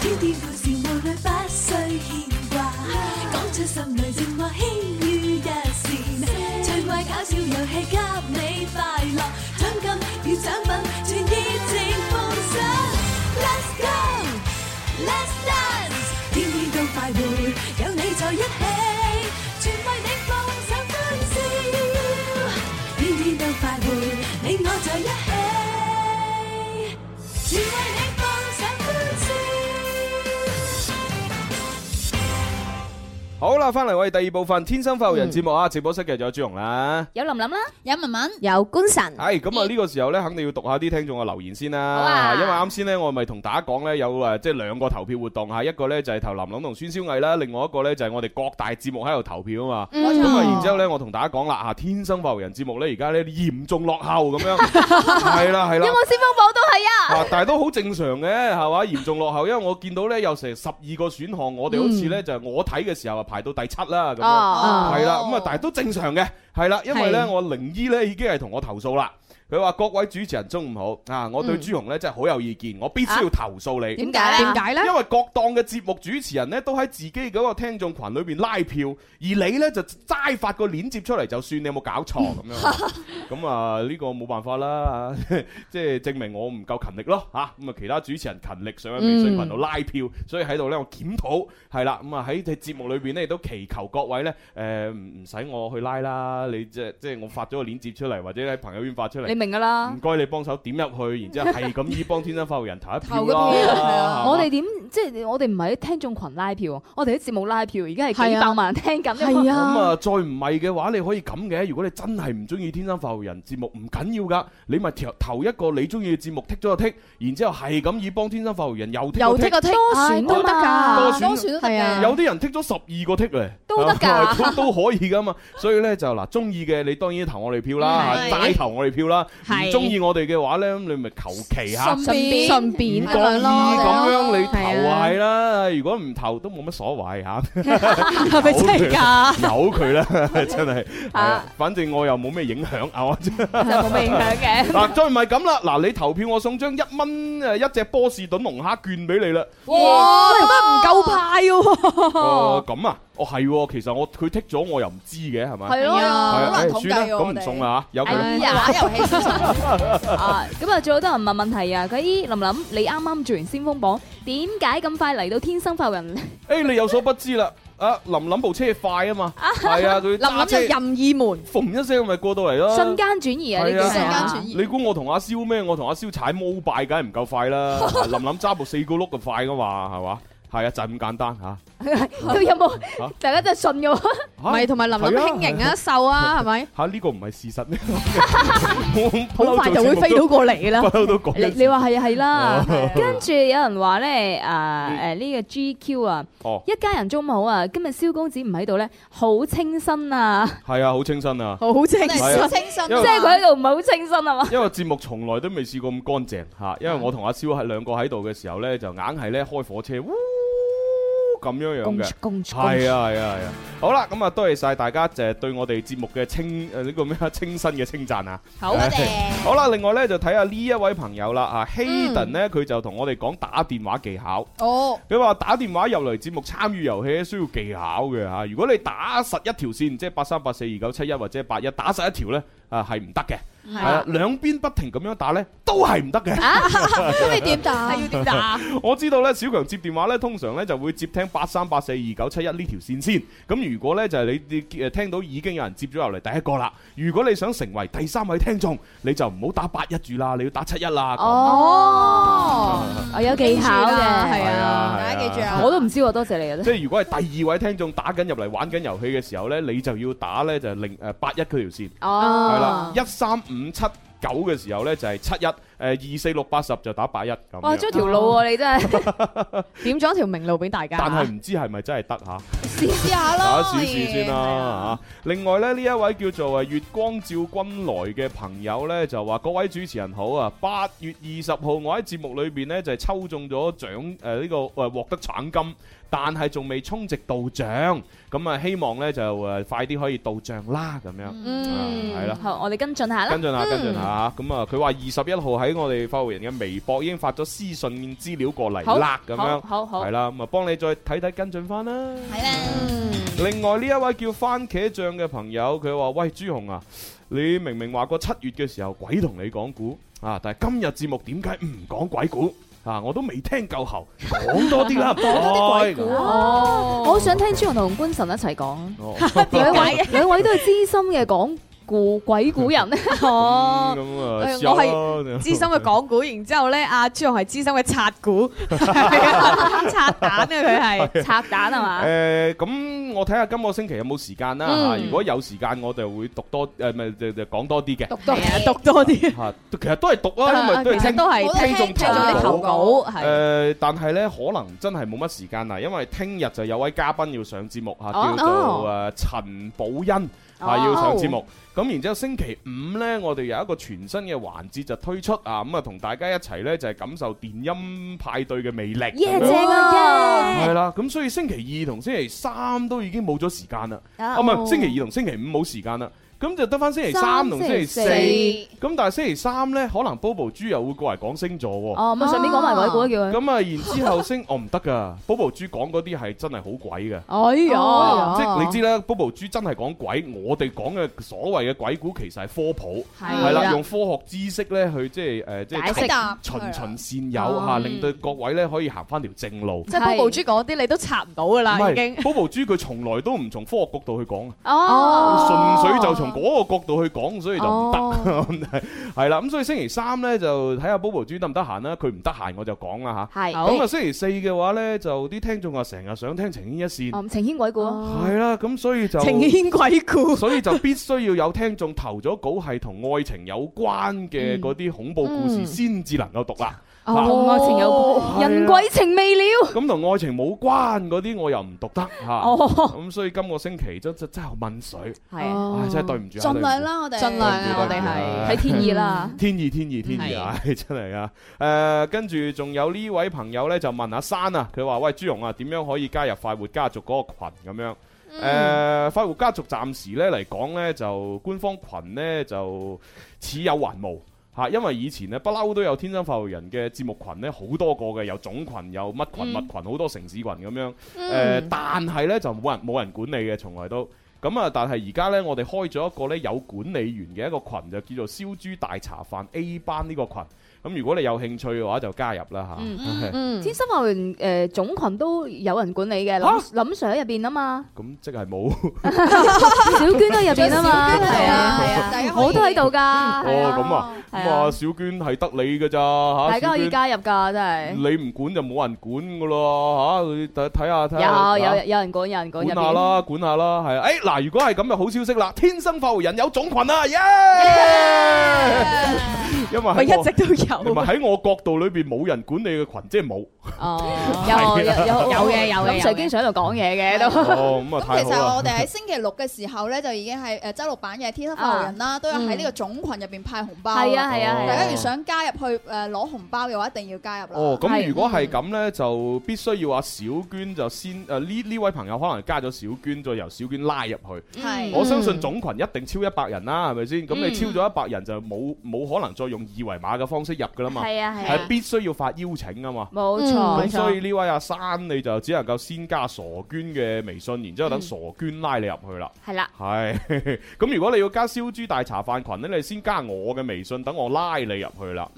Speaker 8: 天天故事無奈不需牽掛，講出心裏情話輕於一線，趣怪搞笑遊戲給你快樂，獎金與獎品全熱情奉上。Let's go，Let's dance，天天都快活，有你在一起，全為你放手歡笑，天天都快活，你我在一起。全為你放上歡笑。
Speaker 2: 好啦，翻嚟我哋第二部分《天生發育人》節目
Speaker 1: 嗯
Speaker 2: 啊，直播室嘅仲有朱紅啦。
Speaker 1: 有林林啦，
Speaker 3: 尹文文，
Speaker 6: 有官神
Speaker 2: 係咁啊，呢個時候呢，肯定要讀下啲聽眾嘅留言先
Speaker 1: 好
Speaker 2: 啦
Speaker 1: 啊。
Speaker 2: 因為啱先呢，我咪同大家講呢，有誒即係兩個投票活動嚇，一個呢就係投林林同孫小藝啦，另外一個呢就係我哋各大節目喺度投票啊嘛。
Speaker 1: 嗯
Speaker 2: 咁啊，然之後咧，我同大家講啦，嚇《啊天生發育人》節目咧，而家咧嚴重落後咁 樣，係啦係啦
Speaker 1: 有。冇先鋒寶都係啊！
Speaker 2: 啊！但係都好正常嘅，係嘛？嚴重落後，因為我見到咧有成十二個選項，我哋好似咧就係我睇嘅時候啊排到第七啦咁樣，
Speaker 1: 嗯哦，
Speaker 2: 係啦。咁啊，但係都正常嘅，係啦，因為咧
Speaker 1: 係
Speaker 2: 我靈醫咧已經係同我投訴啦。佢話各位主持人中午好啊！我對
Speaker 1: 嗯啊
Speaker 2: 朱紅咧真係好有意見，我必須要投訴你。
Speaker 1: 點解咧
Speaker 7: 點？解咧？
Speaker 2: 因為各檔嘅節目主持人咧都喺自己嗰個聽眾群裏邊拉票，而你咧就齋發個鏈接出嚟就算，你有冇搞錯咁 樣？咁啊呢個冇辦法啦， 即係證明我唔夠勤力咯嚇。咁啊其他主持人勤力上喺微信群度拉
Speaker 3: 嗯
Speaker 2: 票，所以喺度咧我檢討係啦。咁啊喺節目裏邊咧亦都祈求各位咧誒唔唔使我去拉啦，你即係即係我發咗個鏈接出嚟，或者喺朋友圈發出
Speaker 1: 你
Speaker 2: 嚟。
Speaker 1: 明噶啦
Speaker 2: 唔。該，你幫手點入去，然之後係 咁依幫天生發育人投一票
Speaker 3: 投個票係
Speaker 2: 啦
Speaker 3: 啊。
Speaker 1: 我哋點即係我哋唔係喺聽眾群拉票，我哋喺節目拉票，而家係幾
Speaker 7: 係啊
Speaker 1: 百 萬人聽緊。
Speaker 7: 係啊
Speaker 2: 咁啊，再唔係嘅話，你可以咁嘅。如果你真係唔中意《天生發育人》節目，唔緊要噶，你咪投投一個你中意嘅節目，剔咗就剔，然之後係咁以幫《天生發育人》又剔
Speaker 7: 又
Speaker 2: 又
Speaker 7: 剔
Speaker 2: 剔。
Speaker 7: 個剔
Speaker 1: 多選
Speaker 7: 唉都得
Speaker 1: 啊
Speaker 7: 㗎，
Speaker 2: 嘛多
Speaker 3: 多選都得
Speaker 7: 係
Speaker 1: à.
Speaker 7: 啊
Speaker 3: 嘅。
Speaker 2: 有啲人剔咗十二個剔咧，
Speaker 1: 都得㗎
Speaker 2: 都 都可以噶嘛。所以呢，就嗱，中意嘅你當然投我哋票啦，
Speaker 3: 係
Speaker 2: 齋投我哋票啦。
Speaker 7: 係
Speaker 2: 唔中意我哋嘅話呢，咁你咪求其嚇。
Speaker 3: 順
Speaker 7: 順
Speaker 3: 便
Speaker 7: 便-
Speaker 2: 唔覺
Speaker 7: 咁樣
Speaker 2: 意
Speaker 7: 咯，
Speaker 2: 咁樣你投
Speaker 7: 係啊
Speaker 2: 係啦，如果唔投都冇乜所謂嚇。
Speaker 7: 係咪真係㗎？
Speaker 2: 由佢啦，真係，係啊
Speaker 1: 啊
Speaker 2: 反正我又冇咩影響啊！我真係
Speaker 1: 就冇咩影響嘅。
Speaker 2: 嗱，再唔係咁啦，嗱，你投票我送張一蚊誒一隻 波士頓龍蝦券俾你啦。
Speaker 7: 哇，都唔夠派喎！
Speaker 2: 哦，咁啊，哦，係喎，其實我佢剔咗我又唔知嘅，係咪？
Speaker 1: 係咯
Speaker 2: 係啊
Speaker 1: 好難
Speaker 2: 唉
Speaker 1: 統計
Speaker 2: 算啦，
Speaker 1: 喎
Speaker 2: 咁唔送啦啊嚇，有
Speaker 1: 哎
Speaker 2: 佢。
Speaker 1: 呀玩遊戲啊，咁啊，仲有好多人問問題啊！佢咦，林林，你啱啱做完先鋒榜，點解咁快嚟到天生發人？
Speaker 2: 誒，你有所不知啦，啊，林林部車快啊 嘛，係啊，佢揸車
Speaker 7: 任意門，
Speaker 2: 嘣一聲咪過到嚟咯。
Speaker 1: 瞬間轉移啊！呢
Speaker 2: 係
Speaker 1: 啲係
Speaker 2: 你估我同阿蕭咩？我同阿蕭踩摩拜梗係唔夠快 啦，林林揸部四個轆咁快噶嘛，係嘛？係啊，就係咁簡單嚇。
Speaker 1: 啊，佢有冇
Speaker 2: 嚇
Speaker 1: 大家真係信嘅喎？
Speaker 7: 咪同埋林林輕盈啊，瘦啊，係咪？
Speaker 2: 嚇呢個唔係事實咩？
Speaker 7: 好
Speaker 2: 好
Speaker 7: 快就會飛到過嚟㗎啦
Speaker 2: 不嬲都講
Speaker 1: 你
Speaker 2: 一次。
Speaker 1: 你話係啊係啦
Speaker 2: 哦，
Speaker 1: 跟住有人話咧啊誒呢個 GQ 啊，
Speaker 2: 哦，
Speaker 1: 一家人中午好啊，今日蕭公子唔喺度咧，好清新啊，
Speaker 2: 係啊，好清新啊。
Speaker 1: 好
Speaker 7: 清
Speaker 2: 新係啊
Speaker 1: 新即
Speaker 2: 因為
Speaker 1: 係佢喺度唔係好清新啊嘛。
Speaker 2: 因為節目從來都未試過咁乾淨嚇，因為我同阿蕭係兩個喺度嘅時候咧，就硬係咧開火車，呜咁樣樣嘅。
Speaker 1: 公
Speaker 2: 係 啊係啊係啊！好啦，咁啊多謝晒大家就係對我哋節目嘅清誒呢個咩啊清新嘅稱讚啊！
Speaker 1: 好
Speaker 2: 謝。好啦，另外咧就睇下呢一位朋友啦啊，Hayden 咧佢就同我哋講打電話技巧。
Speaker 3: 哦，
Speaker 2: 佢話打電話入嚟節目參與遊戲咧需要技巧嘅嚇，如果你打實一條線，即係八三八四二九七一或者八一打實一條咧，啊係唔得嘅，
Speaker 3: 係
Speaker 2: 係啊兩邊不停咁樣打咧都係唔得 嘅。
Speaker 1: À,
Speaker 3: 咁你點打？
Speaker 7: à.
Speaker 1: 要
Speaker 2: 點打？我知道咧，小強接電話咧，通常咧就會接聽八三八四二九七一呢條線先。咁如果咧就係你你誒聽到已經有人接咗入嚟第一個啦，如果你想成為第三位聽眾，你就唔好打八一住啦，你要打七一啦。
Speaker 1: 哦，
Speaker 2: Ờ.
Speaker 1: 我有技巧嘅，
Speaker 3: à.
Speaker 2: 係
Speaker 3: Dạ,
Speaker 2: 啊大家記住啊係啊
Speaker 1: 我都唔知喎，多謝你 啊
Speaker 2: 即。係如果係第二位聽眾打緊入嚟玩緊遊戲嘅時候呢，你就要打呢，就係零誒八一嗰條線，
Speaker 1: 哦
Speaker 2: 係啦，一三五七九嘅時候呢，就係七一，誒二四六八十就打八一咁。
Speaker 1: 哇，咗條路喎，你真係
Speaker 7: 點咗條明路俾大家。
Speaker 2: 但係唔知係咪真係得嚇？
Speaker 3: 試試下
Speaker 2: 大
Speaker 3: 咯
Speaker 2: 家，試試先
Speaker 3: 可
Speaker 2: 啦
Speaker 3: 以。
Speaker 2: 嚇。啊另外咧，呢一位叫做誒月光照君來嘅朋友呢，就話：各位主持人好啊！八月二十號，我喺節目裏邊呢，就係抽中咗獎誒呃呢、個誒、獲得橙金，但係仲未充值到獎。咁啊，希望呢，就誒、快啲可以到賬啦咁樣。
Speaker 1: 嗯
Speaker 2: 啊係啦。
Speaker 1: 好，我哋跟進下啦。
Speaker 2: 跟進下，跟進下
Speaker 1: 嗯。
Speaker 2: 嚇咁啊！佢話二十一號喺我哋發會人嘅微博已經發咗私信資料過嚟
Speaker 1: 好
Speaker 2: 啦，咁樣
Speaker 1: 好好好
Speaker 2: 係啦，咁啊幫你再睇睇跟進翻啦。係啦。另外呢一位叫番茄醬嘅朋友，佢話：喂，朱紅啊，你明明話過七月嘅時候鬼同你講股啊，但係今日節目點解唔講鬼股啊？我都未聽夠喉，講多啲 啦，講多
Speaker 1: 哦，我好想聽朱紅同官神一齊講。
Speaker 2: 哦
Speaker 1: 兩位兩位都係資深嘅講故鬼故人
Speaker 2: 哦，咁啊，試下
Speaker 7: 哎我
Speaker 2: 啦
Speaker 7: 係資深嘅港股，然之後咧，阿朱紅係資深嘅拆 股，係啊拆蛋啊佢係
Speaker 1: 拆蛋係嘛？
Speaker 2: 誒，咁我睇下今個星期有冇時間啦
Speaker 1: 嗯
Speaker 2: 嚇。如果有時間，我就會讀多誒，咪就就講多啲嘅。
Speaker 7: 多讀多啲
Speaker 2: 嚇，其實都係讀啊， 因為都係
Speaker 7: 其實
Speaker 2: 聽
Speaker 7: 都係
Speaker 2: 聽眾
Speaker 7: 聽眾啲投稿係
Speaker 2: 誒，呃但係咧可能真係冇乜時間啦，啊因為聽日就有位嘉賓要上節目嚇，
Speaker 7: 哦
Speaker 2: 叫做誒陳寶欣
Speaker 7: 哦
Speaker 2: 嚇要上節目。咁然之後星期五呢，我哋有一個全新嘅環節就推出啊，咁啊同大家一齊呢，就係感受電音派對嘅魅力。
Speaker 1: 耶
Speaker 2: 咁樣
Speaker 1: 正啊耶！
Speaker 2: 係啦，咁所以星期二同星期三都已經冇咗時間啦。
Speaker 1: 啊
Speaker 2: 啊，唔
Speaker 1: 哦
Speaker 2: 係星期二同星期五冇時間啦。咁就得翻星期三同星期四。
Speaker 1: 三星
Speaker 2: 咁但係星期三呢，可能 Bobo 豬又會過嚟講星座喎。
Speaker 1: 哦，咁啊順便講埋鬼故啊叫佢。
Speaker 2: 咁啊，然之後 星我唔得噶，Bobo 豬講嗰啲係真係好鬼嘅。
Speaker 7: 哎呀
Speaker 2: 即係你知啦，Bobo 豬真係講鬼，我哋講嘅所謂嘅鬼故其實係科普，
Speaker 7: 係
Speaker 2: 係
Speaker 7: 啦
Speaker 2: 啦，用科學知識咧去即係誒，即
Speaker 7: 解釋
Speaker 2: 係循循善誘嚇，
Speaker 7: 嗯
Speaker 2: 令到各位咧可以行翻條正路。
Speaker 7: 即係 Bobo 豬嗰啲你都拆唔到噶
Speaker 2: 唔
Speaker 7: 啦，已
Speaker 2: 係
Speaker 7: 經
Speaker 2: Bobo 豬佢從來都唔從科學角度去講。
Speaker 1: 哦
Speaker 2: 純粹就從嗰個角度去講，所以就唔得，
Speaker 7: 哦
Speaker 2: 係啦。咁所以星期三呢，就睇下 Bobo 豬得唔得閒啦，佢唔得閒我就講啦吓，
Speaker 1: 係
Speaker 2: 咁啊，星期四嘅話呢，就啲聽眾啊成日想聽情牽一線，
Speaker 1: 哦，情牽鬼故啊。
Speaker 2: 係啦，咁所以就
Speaker 7: 情牽鬼故，
Speaker 2: 所以就必須要有聽眾投咗稿係同愛情有關嘅嗰啲恐怖故事
Speaker 1: 嗯
Speaker 2: 先至能夠讀啦。
Speaker 1: 哦
Speaker 2: 嗱
Speaker 1: 同愛情有
Speaker 2: 哦
Speaker 1: 關，人鬼情未了。
Speaker 2: 咁同愛情冇關嗰啲我又唔讀得嚇，
Speaker 1: 哦
Speaker 2: 咁所以今個星期真真真係問水，
Speaker 7: 係
Speaker 2: 唉真係對唔住啊，對
Speaker 3: 盡
Speaker 2: 唔住
Speaker 3: 量啦，我哋
Speaker 7: 盡量啊我哋
Speaker 2: 係
Speaker 1: 睇天意啦。
Speaker 2: 天意天意天意啊！唉 真係啊！誒，跟住仲有呢位朋友呢，就問阿珊啊，佢話：喂，朱容啊，點樣可以加入快活家族嗰個群咁樣？誒、
Speaker 9: 嗯
Speaker 2: 快活家族暫時呢嚟講呢，就官方群呢，就似有還無。嚇，因為以前咧不嬲都有天生發育人嘅節目群咧，好多個嘅，有總群、有乜群、
Speaker 9: 嗯
Speaker 2: 乜群，好多城市群咁樣。誒、
Speaker 9: 嗯
Speaker 2: 但係咧就冇人冇人管理嘅，從來都。咁啊，但係而家呢，我哋開咗一個呢有管理員嘅一個群，就叫做燒豬大茶飯 A 班呢個群。咁如果你有興趣嘅話，就加入啦嚇。
Speaker 1: 天生發源誒總群都有人管理嘅，林林 Sir 喺入邊啊嘛，
Speaker 2: 咁即係冇。
Speaker 1: 小娟都喺入邊啊嘛，係
Speaker 3: à,
Speaker 1: 啊係啊，我都喺度㗎，
Speaker 2: 哦，
Speaker 1: 係啊，
Speaker 2: 咁啊，咁
Speaker 1: 係
Speaker 2: 啊，小娟係得你嘅咋嚇？
Speaker 1: 大家可
Speaker 2: 小
Speaker 1: 以
Speaker 2: 娟
Speaker 1: 加入㗎，真係。
Speaker 2: 你唔管就冇人管噶咯吓，你睇睇下睇下。
Speaker 1: 有有
Speaker 2: 嚇
Speaker 1: 有人管，有人管
Speaker 2: 管
Speaker 1: 入
Speaker 2: 下
Speaker 1: 邊。
Speaker 2: 啦，管下啦，係啊。誒嗱，如果係咁就好消息啦，天生發育人有種群啊，耶！因為喺
Speaker 7: 咪一直都有
Speaker 2: 唔係喺我角度裏邊冇人管理嘅群，即係冇。
Speaker 1: 哦，有
Speaker 2: 係啊
Speaker 1: 有
Speaker 7: 有嘅有嘅
Speaker 1: 林
Speaker 7: 有
Speaker 1: Sir
Speaker 7: 嘅
Speaker 1: 經常喺度講嘢嘅都。
Speaker 2: 哦，咁啊
Speaker 3: 其
Speaker 2: 太好
Speaker 3: 實
Speaker 2: 啦。
Speaker 3: 我哋喺星期六嘅時候咧，就已經係誒周六版嘅天生發育人啦，都有喺呢個總群入邊派紅包啦。
Speaker 1: 係啊係啊係啊
Speaker 3: 大家如想加入去誒攞紅包嘅話，一定要加入啦。
Speaker 2: 哦，咁如果係咁呢，就必須要阿小娟就先
Speaker 1: 嗯
Speaker 2: 誒呢呢位朋友可能加咗小娟，再由小娟拉入去。
Speaker 1: 嗯
Speaker 3: 係
Speaker 2: 我相信總群一定超一百人啦，係咪先？咁你超咗一百人就冇冇可能再用二維碼嘅方式入噶啦嘛。
Speaker 1: 係啊係啊
Speaker 2: 係必須要發邀請啊嘛。
Speaker 1: 冇
Speaker 2: 咁
Speaker 1: 錯冇錯
Speaker 2: 所以呢位阿珊你就只能夠先加傻娟嘅微信，然之後
Speaker 1: 嗯
Speaker 2: 等傻娟拉你入去啦。
Speaker 1: 係啦
Speaker 2: 係 咁，如果你要加燒豬大茶飯群呢，你先加我嘅微信，等我拉你入去啦。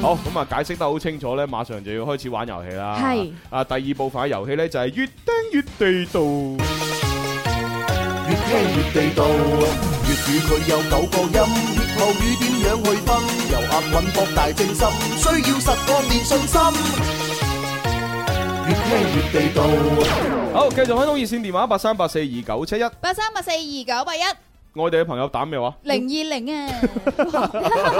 Speaker 2: 好，咁啊解釋得好清楚呢，馬上就要開始玩遊戲啦。
Speaker 10: 係
Speaker 2: 啊，第二部分嘅遊戲呢，就係越聽越地道。
Speaker 4: 越聽越地道，粵語佢有九個音，粵後語點樣去分？由押韻博大精深，需要實幹練信心。越聽越地道，
Speaker 2: 好，繼續開通熱線電話八三八四二九七一，
Speaker 3: 八三八四二九八一
Speaker 2: 外地嘅朋友打咩 話
Speaker 3: 零二零啊，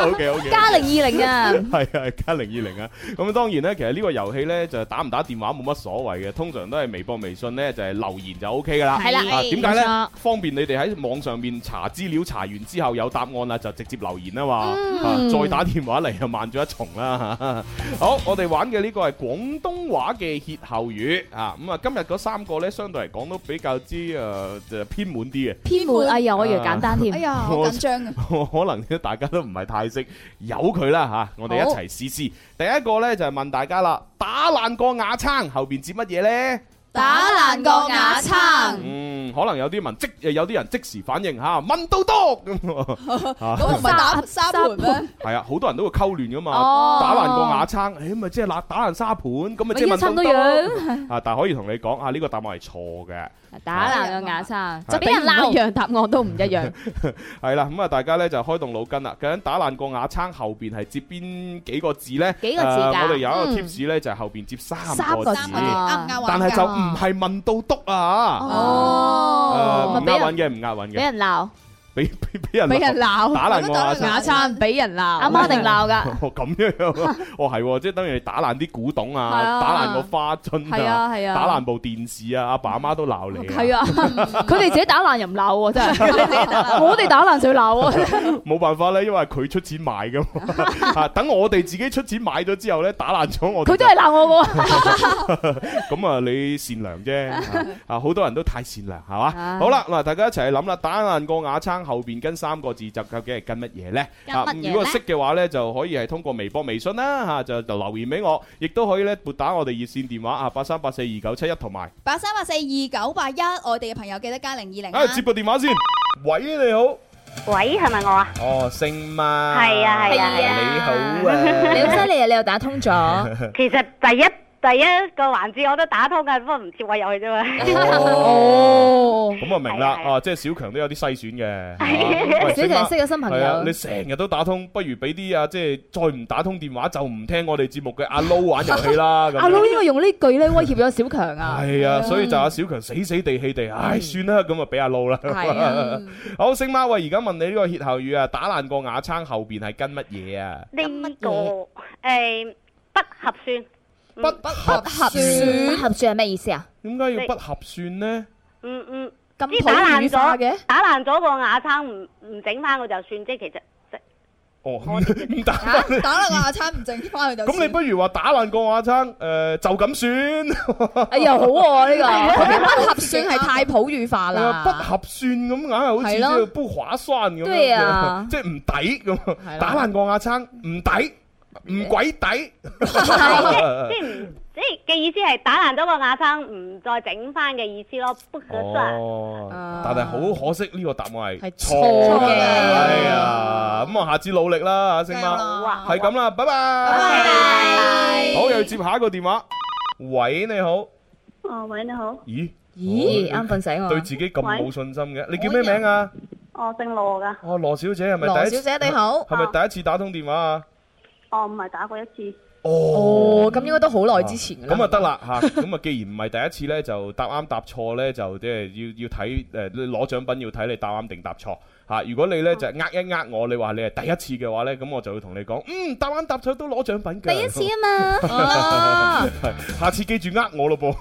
Speaker 2: ？OK OK，
Speaker 1: 加020啊
Speaker 2: 係係加零二零啊！咁當然呢，其實呢個遊戲呢，就打唔打電話冇乜所謂嘅，通常都係微博、微信呢，就係留言就 OK 噶啦。
Speaker 9: 係啦
Speaker 2: 啊點解呢
Speaker 9: 冇錯？
Speaker 2: 方便你哋喺網上面查資料，查完之後有答案啦，就直接留言啊嘛。啊
Speaker 9: 嗯
Speaker 2: 再打電話嚟又慢咗一重啦。 好，我哋玩嘅呢個係廣東話嘅歇後語啊。咁啊，今日嗰三個呢，相對嚟講都比較之誒就偏滿啲嘅。
Speaker 1: 偏門，哎呀，我以為簡單添。
Speaker 2: 哎呀好緊
Speaker 3: 張啊！
Speaker 2: 我 可能大家都唔係太識，由佢啦吓，我哋一
Speaker 3: 好
Speaker 2: 齊試試。第一個呢，就係、問大家啦，打爛個瓦撐後邊接乜嘢呢？
Speaker 3: 打爛個瓦撐，
Speaker 2: 嗯，可能有啲人即有啲人即時反應吓，問到篤
Speaker 1: 哦
Speaker 2: 咁啊。
Speaker 3: 咁唔係打沙盤咩？
Speaker 2: 係啊，好多人都會溝亂噶嘛，
Speaker 3: 哦
Speaker 2: 打爛個瓦撐，誒咪即係打打爛沙盤，咁咪即係問
Speaker 1: 咪差唔多樣
Speaker 2: 啊，但係可以同你講啊，呢個答案係錯嘅。
Speaker 1: 打爛個牙生，
Speaker 2: 就俾人鬧
Speaker 1: 一樣答案都唔 一樣。
Speaker 2: 係啦，咁啊，大家咧就開動腦筋啦。究竟打爛個瓦撐後邊係接邊幾個字咧？
Speaker 1: 幾個字㗎
Speaker 2: 誒我哋有一
Speaker 1: 嗯
Speaker 2: 個 tips 咧，就係後邊接三
Speaker 1: 三
Speaker 2: 個
Speaker 1: 個
Speaker 2: 字，
Speaker 1: 字啊啱唔啱
Speaker 2: 但
Speaker 1: 玩
Speaker 2: 係
Speaker 1: 㗎
Speaker 2: 就唔係問到篤啊！
Speaker 1: 哦
Speaker 2: 誒唔
Speaker 1: 咪俾
Speaker 2: 押
Speaker 1: 人
Speaker 2: 韻嘅，唔押韻
Speaker 1: 俾
Speaker 2: 嘅，
Speaker 1: 人鬧，
Speaker 2: 俾俾俾人
Speaker 7: 俾人鬧，
Speaker 2: 打爛個瓦
Speaker 7: 瓦
Speaker 2: 撐。
Speaker 7: 餐，俾人鬧，
Speaker 1: 阿媽一定鬧㗎。
Speaker 2: 哦咁樣 啊，哦係喎，即係等於你打爛啲古董
Speaker 1: 係
Speaker 2: 啊，
Speaker 1: 啊
Speaker 2: 打爛個花樽
Speaker 1: 係啊係啊
Speaker 2: 打爛部電視啊，阿爸阿媽都鬧你。
Speaker 1: 係啊，佢哋自己打爛又唔鬧喎，真係。我哋打爛就要鬧喎。
Speaker 2: 冇辦法咧，因為佢出錢買噶嘛。 啊，等我哋自己出錢買咗之後咧，打爛咗我哋就。
Speaker 1: 佢都係鬧我
Speaker 2: 咁啊，你善良啫。啊啊，好多人都太善良，係嘛？
Speaker 1: 唉
Speaker 2: 好啦，嗱，大家一齊去諗啦，打爛個瓦撐後邊跟三個字，就究竟係跟乜嘢呢？
Speaker 9: 跟
Speaker 2: 啊
Speaker 9: 乜嘢，呢
Speaker 2: 如果識嘅話呢，就可以係通過微博、微信啦，嚇就就留言俾我，亦都可以咧撥打我哋熱線電話啊，八三八四二九七一同埋。
Speaker 3: 八三八四二九八一，外地嘅朋友記得加零二零
Speaker 2: 啊，接個電話先。喂，你好。
Speaker 3: 喂，係咪我 啊？
Speaker 2: 哦，姓嘛？
Speaker 6: 係啊係啊係
Speaker 2: 你好
Speaker 6: 你好犀利啊！你又打通咗。
Speaker 11: 其實第一第一個環節我都打通嘅，不過唔接我入去啫嘛。
Speaker 2: 哦，咁啊明啦，啊即係小強都有啲篩選嘅。係嘛喂
Speaker 6: 小強
Speaker 2: 星媽
Speaker 6: 識咗新朋友
Speaker 2: 係啊你成日都打通，不如俾啲啊即係再唔打通電話就唔聽我哋節目嘅阿 Low 玩遊戲啦。咁樣
Speaker 1: 阿 Lou 應該用呢句咧威脅咗小強啊。
Speaker 2: 係啊，所以就阿小強死死地氣地，唉算啦，咁啊俾阿 Low
Speaker 1: 係 啊
Speaker 2: 啦。好，星媽喂，而家問你呢個歇後語啊，打爛個瓦撐後邊係跟乜嘢啊？
Speaker 11: 呢個誒不合算，不
Speaker 6: 不
Speaker 11: 不
Speaker 6: 合算，不合算係咩意思啊？
Speaker 2: 點解要不合算呢？
Speaker 11: 嗯嗯，
Speaker 6: 咁
Speaker 11: 即係打爛
Speaker 6: 普遍化嘅
Speaker 11: 咗打爛咗個瓦撐，唔唔整翻我就算，即係其實。
Speaker 2: 哦， 唔打
Speaker 3: 打打啦個牙刷唔正，翻去就
Speaker 2: 咁你不如話打爛個瓦撐，誒就咁算。
Speaker 9: 哎呀，好喎呢
Speaker 7: 佢嘅不合算係太普語化
Speaker 2: 係啊
Speaker 7: 啦，
Speaker 2: 不合算咁，硬係好似
Speaker 7: 係
Speaker 2: 即
Speaker 7: 咯
Speaker 2: 係不划算咁樣，
Speaker 7: 對啊
Speaker 2: 即係唔抵咁，打爛個瓦撐唔抵，唔鬼抵。哦
Speaker 11: 即係唔即係嘅意思係打爛咗個瓦撐，唔再整翻嘅意思咯，不可算。
Speaker 2: 哦，但係好可惜呢個答案係錯
Speaker 11: 錯嘅
Speaker 2: 哎呀，咁我下次努力啦，阿星
Speaker 11: 啊
Speaker 2: 媽，係咁啦，拜拜。好，又要接下一個電話。喂，你好。
Speaker 12: 哦，喂，你好，
Speaker 2: 咦？
Speaker 9: 咦
Speaker 2: 哦
Speaker 9: 啱瞓醒我
Speaker 2: 對自己咁冇信心嘅，你叫咩
Speaker 12: 我又
Speaker 2: 名啊？
Speaker 12: 我姓羅噶，
Speaker 2: 哦，羅小姐係咪第一次？
Speaker 12: 羅小姐你好
Speaker 2: 係咪第一次打通電話啊？
Speaker 12: 我唔係打過一次，
Speaker 2: 哦，
Speaker 9: 咁應該都好耐之前㗎啦
Speaker 2: 咁啊得啦嚇，咁啊既然唔係第一次咧，就答啱答錯咧，就即係要要睇誒你攞獎品要睇你答啱定答錯嚇。如果你咧就係呃一呃我，你話你係第一次嘅話咧，咁我就會同你講，嗯，答啱答錯都攞獎品嘅。
Speaker 10: 第一 次啊嘛
Speaker 9: 哦
Speaker 2: 啊 下次記住呃我咯噃。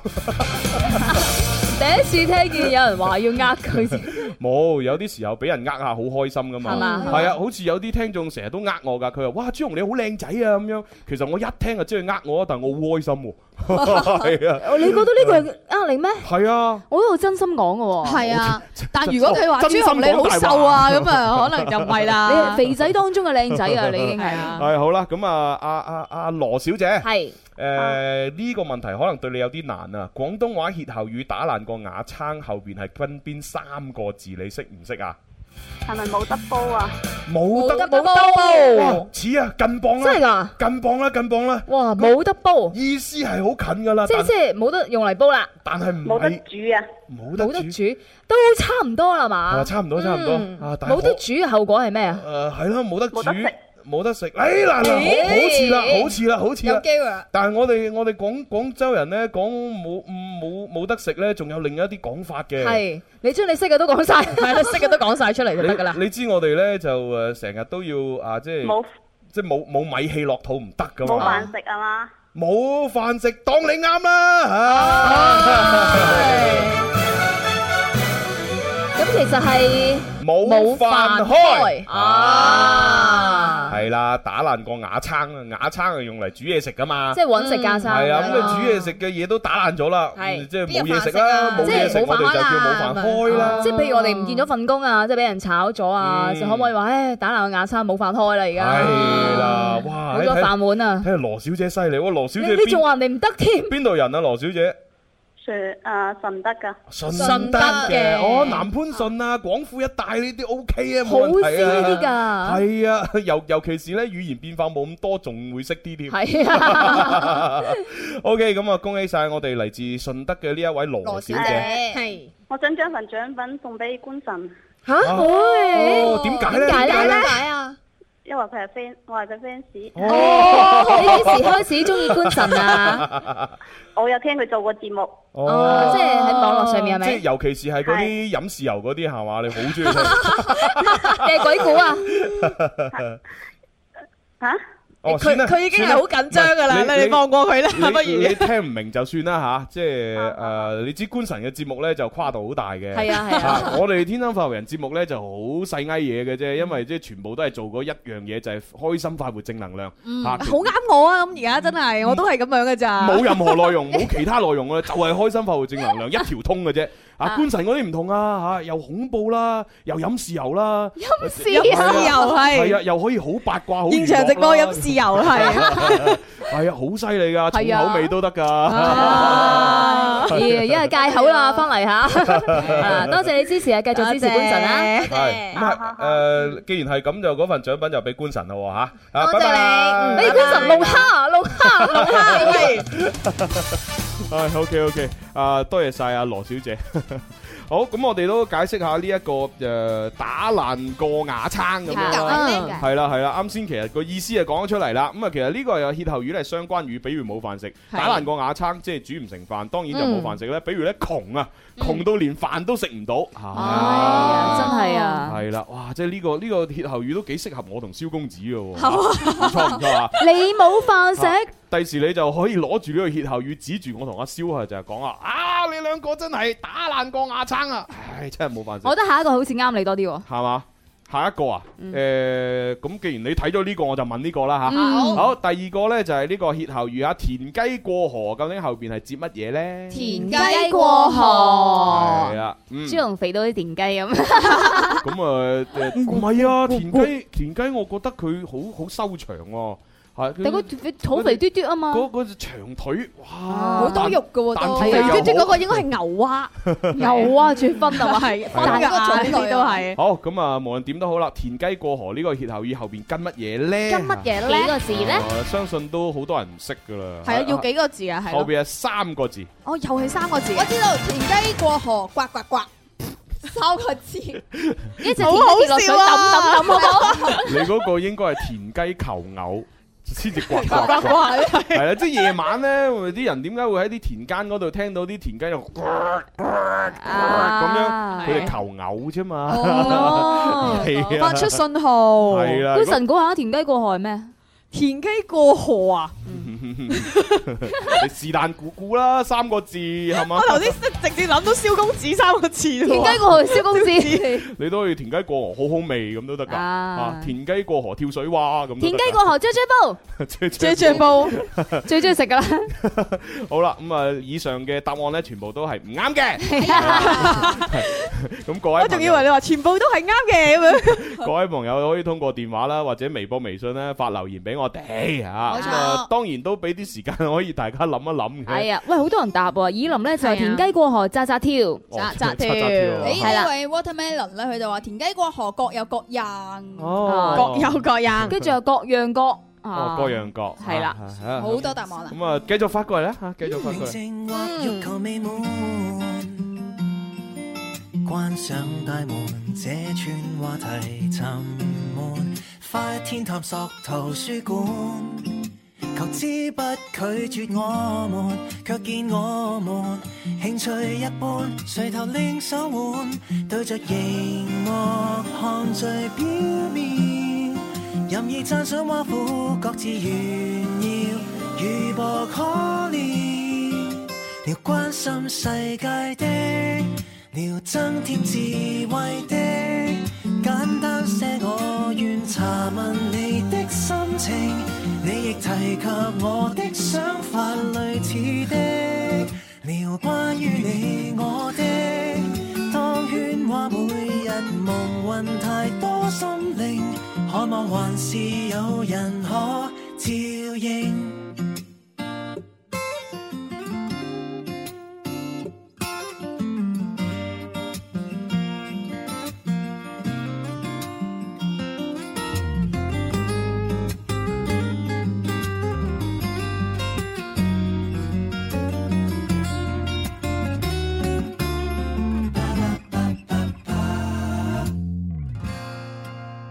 Speaker 9: 第一次聽見有人話要呃佢先，
Speaker 2: 冇，有啲時候俾人呃下好開心噶嘛。
Speaker 9: 係嘛
Speaker 2: 係啊，好似有啲聽眾成日都呃我㗎，佢話：哇，朱紅你好靚仔啊咁樣。其實我一聽就知佢呃我啊，但我好開心喎。 係啊。
Speaker 1: 哦你覺得呢句係呃你咩？
Speaker 2: 係啊。
Speaker 1: 我都好真心講嘅喎。
Speaker 7: 係啊但如果佢話
Speaker 1: 真心
Speaker 7: 朱紅你
Speaker 2: 講
Speaker 7: 好
Speaker 2: 大話
Speaker 7: 瘦啊，咁啊可能就唔係
Speaker 1: 你
Speaker 7: 啦
Speaker 1: 係。肥仔當中嘅靚仔啊，你已經係啊。
Speaker 2: 係好啦，咁啊，阿阿阿羅小姐，
Speaker 9: 係
Speaker 2: 誒呃呢個問題可能對你有啲難啊。廣東話歇後語打爛個瓦撐後邊係跟邊三個字，你識唔識啊？
Speaker 12: 係咪冇得煲啊？
Speaker 2: 冇得
Speaker 12: 冇得煲
Speaker 2: 哇似啊，近磅啦，
Speaker 9: 真係㗎，
Speaker 2: 近磅啦，近磅啦。
Speaker 9: 哇，冇得煲，
Speaker 2: 意思係好近㗎啦，
Speaker 9: 即係
Speaker 2: 但
Speaker 9: 即係冇得用嚟煲啦，
Speaker 2: 但係唔係
Speaker 9: 煮啊，
Speaker 2: 冇得
Speaker 9: 煮，都差唔多啦嘛，
Speaker 2: 啊差唔多差唔多
Speaker 9: 嗯
Speaker 2: 啊但係
Speaker 9: 冇得煮嘅後果係咩啊？
Speaker 2: 誒係啦，冇得煮，冇得食。哎嗱嗱，好好似啦，好似啦，好似啦。
Speaker 9: 有機會啦
Speaker 2: 但係我哋我哋廣廣州人咧講冇嗯冇冇得食咧，仲有另一啲講法嘅。
Speaker 9: 係你將你識嘅都講 晒，係啦，識嘅都講晒出嚟就得㗎啦。
Speaker 2: 你知我哋咧就誒成日都要啊，即係
Speaker 12: 冇
Speaker 2: 即係冇冇米氣落肚唔得㗎
Speaker 12: 冇
Speaker 2: 嘛
Speaker 12: 飯。食啊嘛，
Speaker 2: 冇飯食，當你啱啦啊
Speaker 9: 咁其實係
Speaker 2: 冇飯開
Speaker 9: 啊！
Speaker 2: 係啦，打爛個瓦撐啊！瓦撐係用嚟煮嘢食噶嘛，
Speaker 9: 即係搵食架生
Speaker 2: 係啊，咁
Speaker 9: 啊
Speaker 2: 你煮嘢食嘅嘢都打爛咗啦，
Speaker 9: 係
Speaker 2: 即係冇嘢食啦，冇
Speaker 9: 即係
Speaker 2: 嘢食我哋就叫冇飯開啦。
Speaker 7: 啊
Speaker 9: 即係譬如我哋唔見咗份工啊，即係俾人炒咗啊，
Speaker 2: 嗯
Speaker 9: 就可唔可以話誒打爛個眼生冇飯開啦而家？
Speaker 2: 係啦，哇！
Speaker 9: 冇咗
Speaker 2: 睇
Speaker 9: 飯碗啊！
Speaker 2: 睇下羅小姐犀利喎，羅小
Speaker 9: 你
Speaker 2: 姐
Speaker 9: 你仲
Speaker 2: 邊
Speaker 9: 話人哋唔得添？
Speaker 2: 邊度人啊？羅小姐
Speaker 12: 順啊順德噶，
Speaker 2: 順德嘅，哦，南潘順啊，廣府一帶呢啲 O K 啊，冇
Speaker 12: 好
Speaker 2: 問題
Speaker 12: 先啲
Speaker 2: 啊。
Speaker 12: 㗎
Speaker 2: 係啊， 尤尤其是咧語言變化冇咁多，仲會識啲 添。
Speaker 12: 係啊
Speaker 2: O K，咁啊，恭喜晒我哋嚟自順德嘅呢一位羅小姐。
Speaker 12: 係，我想將份獎品送俾官神，
Speaker 9: 嚇
Speaker 2: 哦，點解咧？呢
Speaker 9: 解啊？
Speaker 12: 因為佢係 fans，我係佢 fans。
Speaker 9: 哦你幾時開始中意官神啊？
Speaker 12: 我有聽佢做過節目，
Speaker 9: 哦，即係喺網絡上面係
Speaker 2: 即係
Speaker 9: 咪？
Speaker 2: 尤其是係嗰啲飲豉油嗰啲係嘛，你好中意佢。
Speaker 9: 你係鬼故啊？
Speaker 12: 嚇？
Speaker 2: 哦，
Speaker 7: 佢
Speaker 2: 算啦
Speaker 7: 佢已經係
Speaker 2: 算啦
Speaker 7: 好緊張㗎啦
Speaker 2: 唔係
Speaker 7: 你哋放過佢啦
Speaker 2: 你
Speaker 7: 不如
Speaker 2: 你聽唔明就算啦吓，即係誒，你知官神嘅節目咧就跨度好大嘅。
Speaker 9: 係啊係啊
Speaker 2: 嚇我哋天生快活人節目咧就好細埃嘢嘅
Speaker 7: 嗯
Speaker 2: 啫，因為即係全部都係做嗰一樣嘢，就係開心快活正能量
Speaker 7: 嗯，
Speaker 2: 嚇
Speaker 7: 好 啱我啊！咁而家真係，我都係咁樣㗎咋。
Speaker 2: 冇任何內容，冇其他內容 嘅，就係開心快活正能量一條通嘅啫。啊，
Speaker 7: 啊
Speaker 2: 官神嗰啲唔同啊，嚇又恐怖啦，又飲豉油啦，
Speaker 7: 飲豉油係
Speaker 2: 係啊，又可以好八卦，好
Speaker 7: 現場直播飲豉油係
Speaker 2: 係，係啊，好犀利㗎，
Speaker 9: 係
Speaker 2: 重
Speaker 9: 啊
Speaker 2: 口味都得
Speaker 9: 啊
Speaker 2: 㗎。
Speaker 9: 咦，一係戒口啦，翻 嚟吓。啊多謝你支持啊，繼續支持官神啊！
Speaker 2: 係咁啊誒，既然係咁，就嗰份獎品就俾官神啦喎嚇。啊，拜拜
Speaker 7: 嗯
Speaker 2: 啦。
Speaker 9: 你官神龍蝦，龍蝦，龍蝦，喂！
Speaker 2: 唉，OK OK，啊，多謝晒阿羅小姐。 好，咁我哋都解釋下呢一個誒呃打爛個瓦撐咁樣
Speaker 1: 啊
Speaker 10: 點解
Speaker 2: 啦
Speaker 10: 呢，
Speaker 2: 係啦係啦，啱先其實個意思就講咗出嚟啦。咁啊，其實呢個有歇後語咧，係相關語，比如冇飯食，
Speaker 10: 係
Speaker 2: 打爛個瓦撐，即係煮唔成飯，當然就
Speaker 1: 嗯
Speaker 2: 冇飯食咧。比如咧窮啊，窮到連飯都食唔到，
Speaker 1: 啊真嗯哦係啊
Speaker 2: 係啦，哇！即係呢個呢個歇後語都幾適合我同蕭公子嘅喎，唔錯唔錯啊！
Speaker 1: 你冇飯食，
Speaker 2: 第時你就可以攞住呢個歇後語指住我同阿蕭啊，就係講啊，啊你兩個真係打爛個瓦撐啊！唉，真係冇辦法，
Speaker 1: 我覺得下一個好似啱你多啲喎。
Speaker 2: 係嘛？下一個啊，誒咁既然你睇咗呢個，我就問呢個啦吓，
Speaker 3: 嗯
Speaker 2: 好，第二個呢，就係呢個歇後語啊，田雞過河究竟後邊係接乜嘢呢？
Speaker 3: 田
Speaker 9: 雞過河
Speaker 2: 係啊，嗯
Speaker 9: 朱紅肥到啲田雞咁。
Speaker 2: 咁啊，誒 唔係啊，田雞田雞，我覺得佢好好修長喎，係
Speaker 1: 但佢佢肚肥嘟嘟啊嘛，
Speaker 2: 嗰嗰隻長腿，哇！
Speaker 7: 好多肉㗎喎，
Speaker 2: 但但
Speaker 7: 都
Speaker 3: 啊
Speaker 7: 肥
Speaker 2: 係
Speaker 7: 嘟嘟
Speaker 2: 又好
Speaker 7: 嗰個應該係牛蛙，
Speaker 1: 牛蛙絕分啊嘛，
Speaker 7: 係分
Speaker 2: 大
Speaker 7: 㗎，
Speaker 1: 家
Speaker 7: 呢啲都係。
Speaker 2: 好咁啊，無論點都好啦，田雞過河呢個歇後語後邊跟乜嘢呢？
Speaker 7: 跟乜嘢呢幾個字呢
Speaker 2: 啊相信都好多人唔識噶啦。
Speaker 7: 係啊，要幾個字啊？係
Speaker 2: 後
Speaker 7: 咯。
Speaker 2: 邊係三 個字。
Speaker 7: 哦，又係三個字。
Speaker 3: 我知道田雞過河，呱呱呱，三個字，一
Speaker 7: 隻田雞跌落水好好笑啊揼揼揼 好
Speaker 3: 好？
Speaker 2: 你嗰個應該係田雞求偶。先至呱 呱呱，
Speaker 3: 呱呱呱
Speaker 2: 係啊啦，即係夜晚咧，啲人點解會喺啲田間嗰度聽到啲田雞又呱
Speaker 7: 啊
Speaker 2: 呱咁樣？佢哋求偶啫嘛，係啊
Speaker 7: 發出信號。
Speaker 2: 係啦
Speaker 1: 官神嗰下田雞過河係咩？
Speaker 7: 田雞過河啊！
Speaker 2: 你是但估估啦，三個字係嘛？
Speaker 7: 我頭先直接諗到蕭公子三個字田
Speaker 1: 田雞過河蕭 公子
Speaker 2: 你都可以田雞過河好好味咁都得㗎，
Speaker 1: 啊
Speaker 2: 啊田雞過河跳水蛙咁。
Speaker 1: 田雞 過河追追煲，
Speaker 2: 河，追
Speaker 1: 追追煲最中意食噶 啦。
Speaker 2: 好啦，咁啊，以上嘅答案咧，全部都係唔啱嘅。咁各位，
Speaker 7: 我仲以為你話全部都係啱嘅咁樣。
Speaker 2: 各位朋友可以通過電話啦，或者微博、微信咧發留言俾我哋啊。
Speaker 1: 冇錯
Speaker 2: 咁啊，當然都俾啲時間可以大家諗一諗嘅。
Speaker 1: 係啊，喂，好多人答喎，以林咧就係田雞過河，扎扎跳，
Speaker 2: 啊哦扎扎跳扎扎跳
Speaker 3: 你
Speaker 1: 係
Speaker 3: 呢
Speaker 1: 啦。
Speaker 3: 位 watermelon 咧，佢就話田雞過河各有各人，
Speaker 2: 哦各有各人
Speaker 1: 跟住又各樣各，
Speaker 2: 哦，
Speaker 1: 啊
Speaker 2: 各樣各
Speaker 1: 係啦
Speaker 2: 啊
Speaker 3: 好多答案啊！
Speaker 2: 咁啊，繼續發過嚟啦嚇，繼續發過嚟。
Speaker 10: 明靜或欲求美滿，關上大門，這串話題沉悶。花天探索圖書館，求知不拒絕我們，卻見我們興趣一般，垂頭拎手腕，對着熒幕看最表面。任意讚賞挖苦，各自炫耀，如薄可憐。聊關心世界的，聊增添智慧的，簡單些我願查問你的心情，你亦提及我的想法類似的，聊關於你我的，當喧嘩每日蒙混太多心靈，渴望還是有人可照應。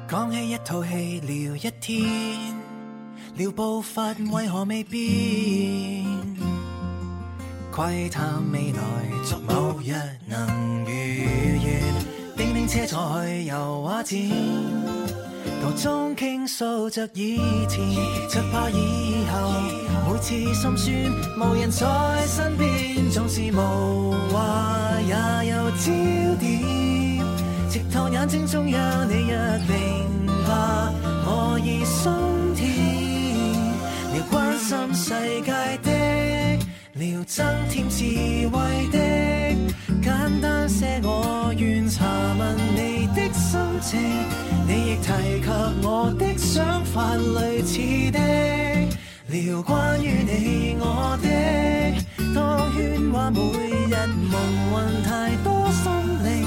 Speaker 10: 講起一套戲聊一天，聊步伐為何未變，窺探未來，祝某日能如願。叮叮車坐去油畫展，途中傾訴着以前，卻怕以後每次心酸，無人在身邊，總是無話也有焦點。直透眼睛中也你一定怕我已心跳，聊關心世界的，聊增添智慧的，簡單些我願查問你的心情，你亦提及我的想法類似的，聊關於你我的，當喧嘩每日蒙混太多心靈。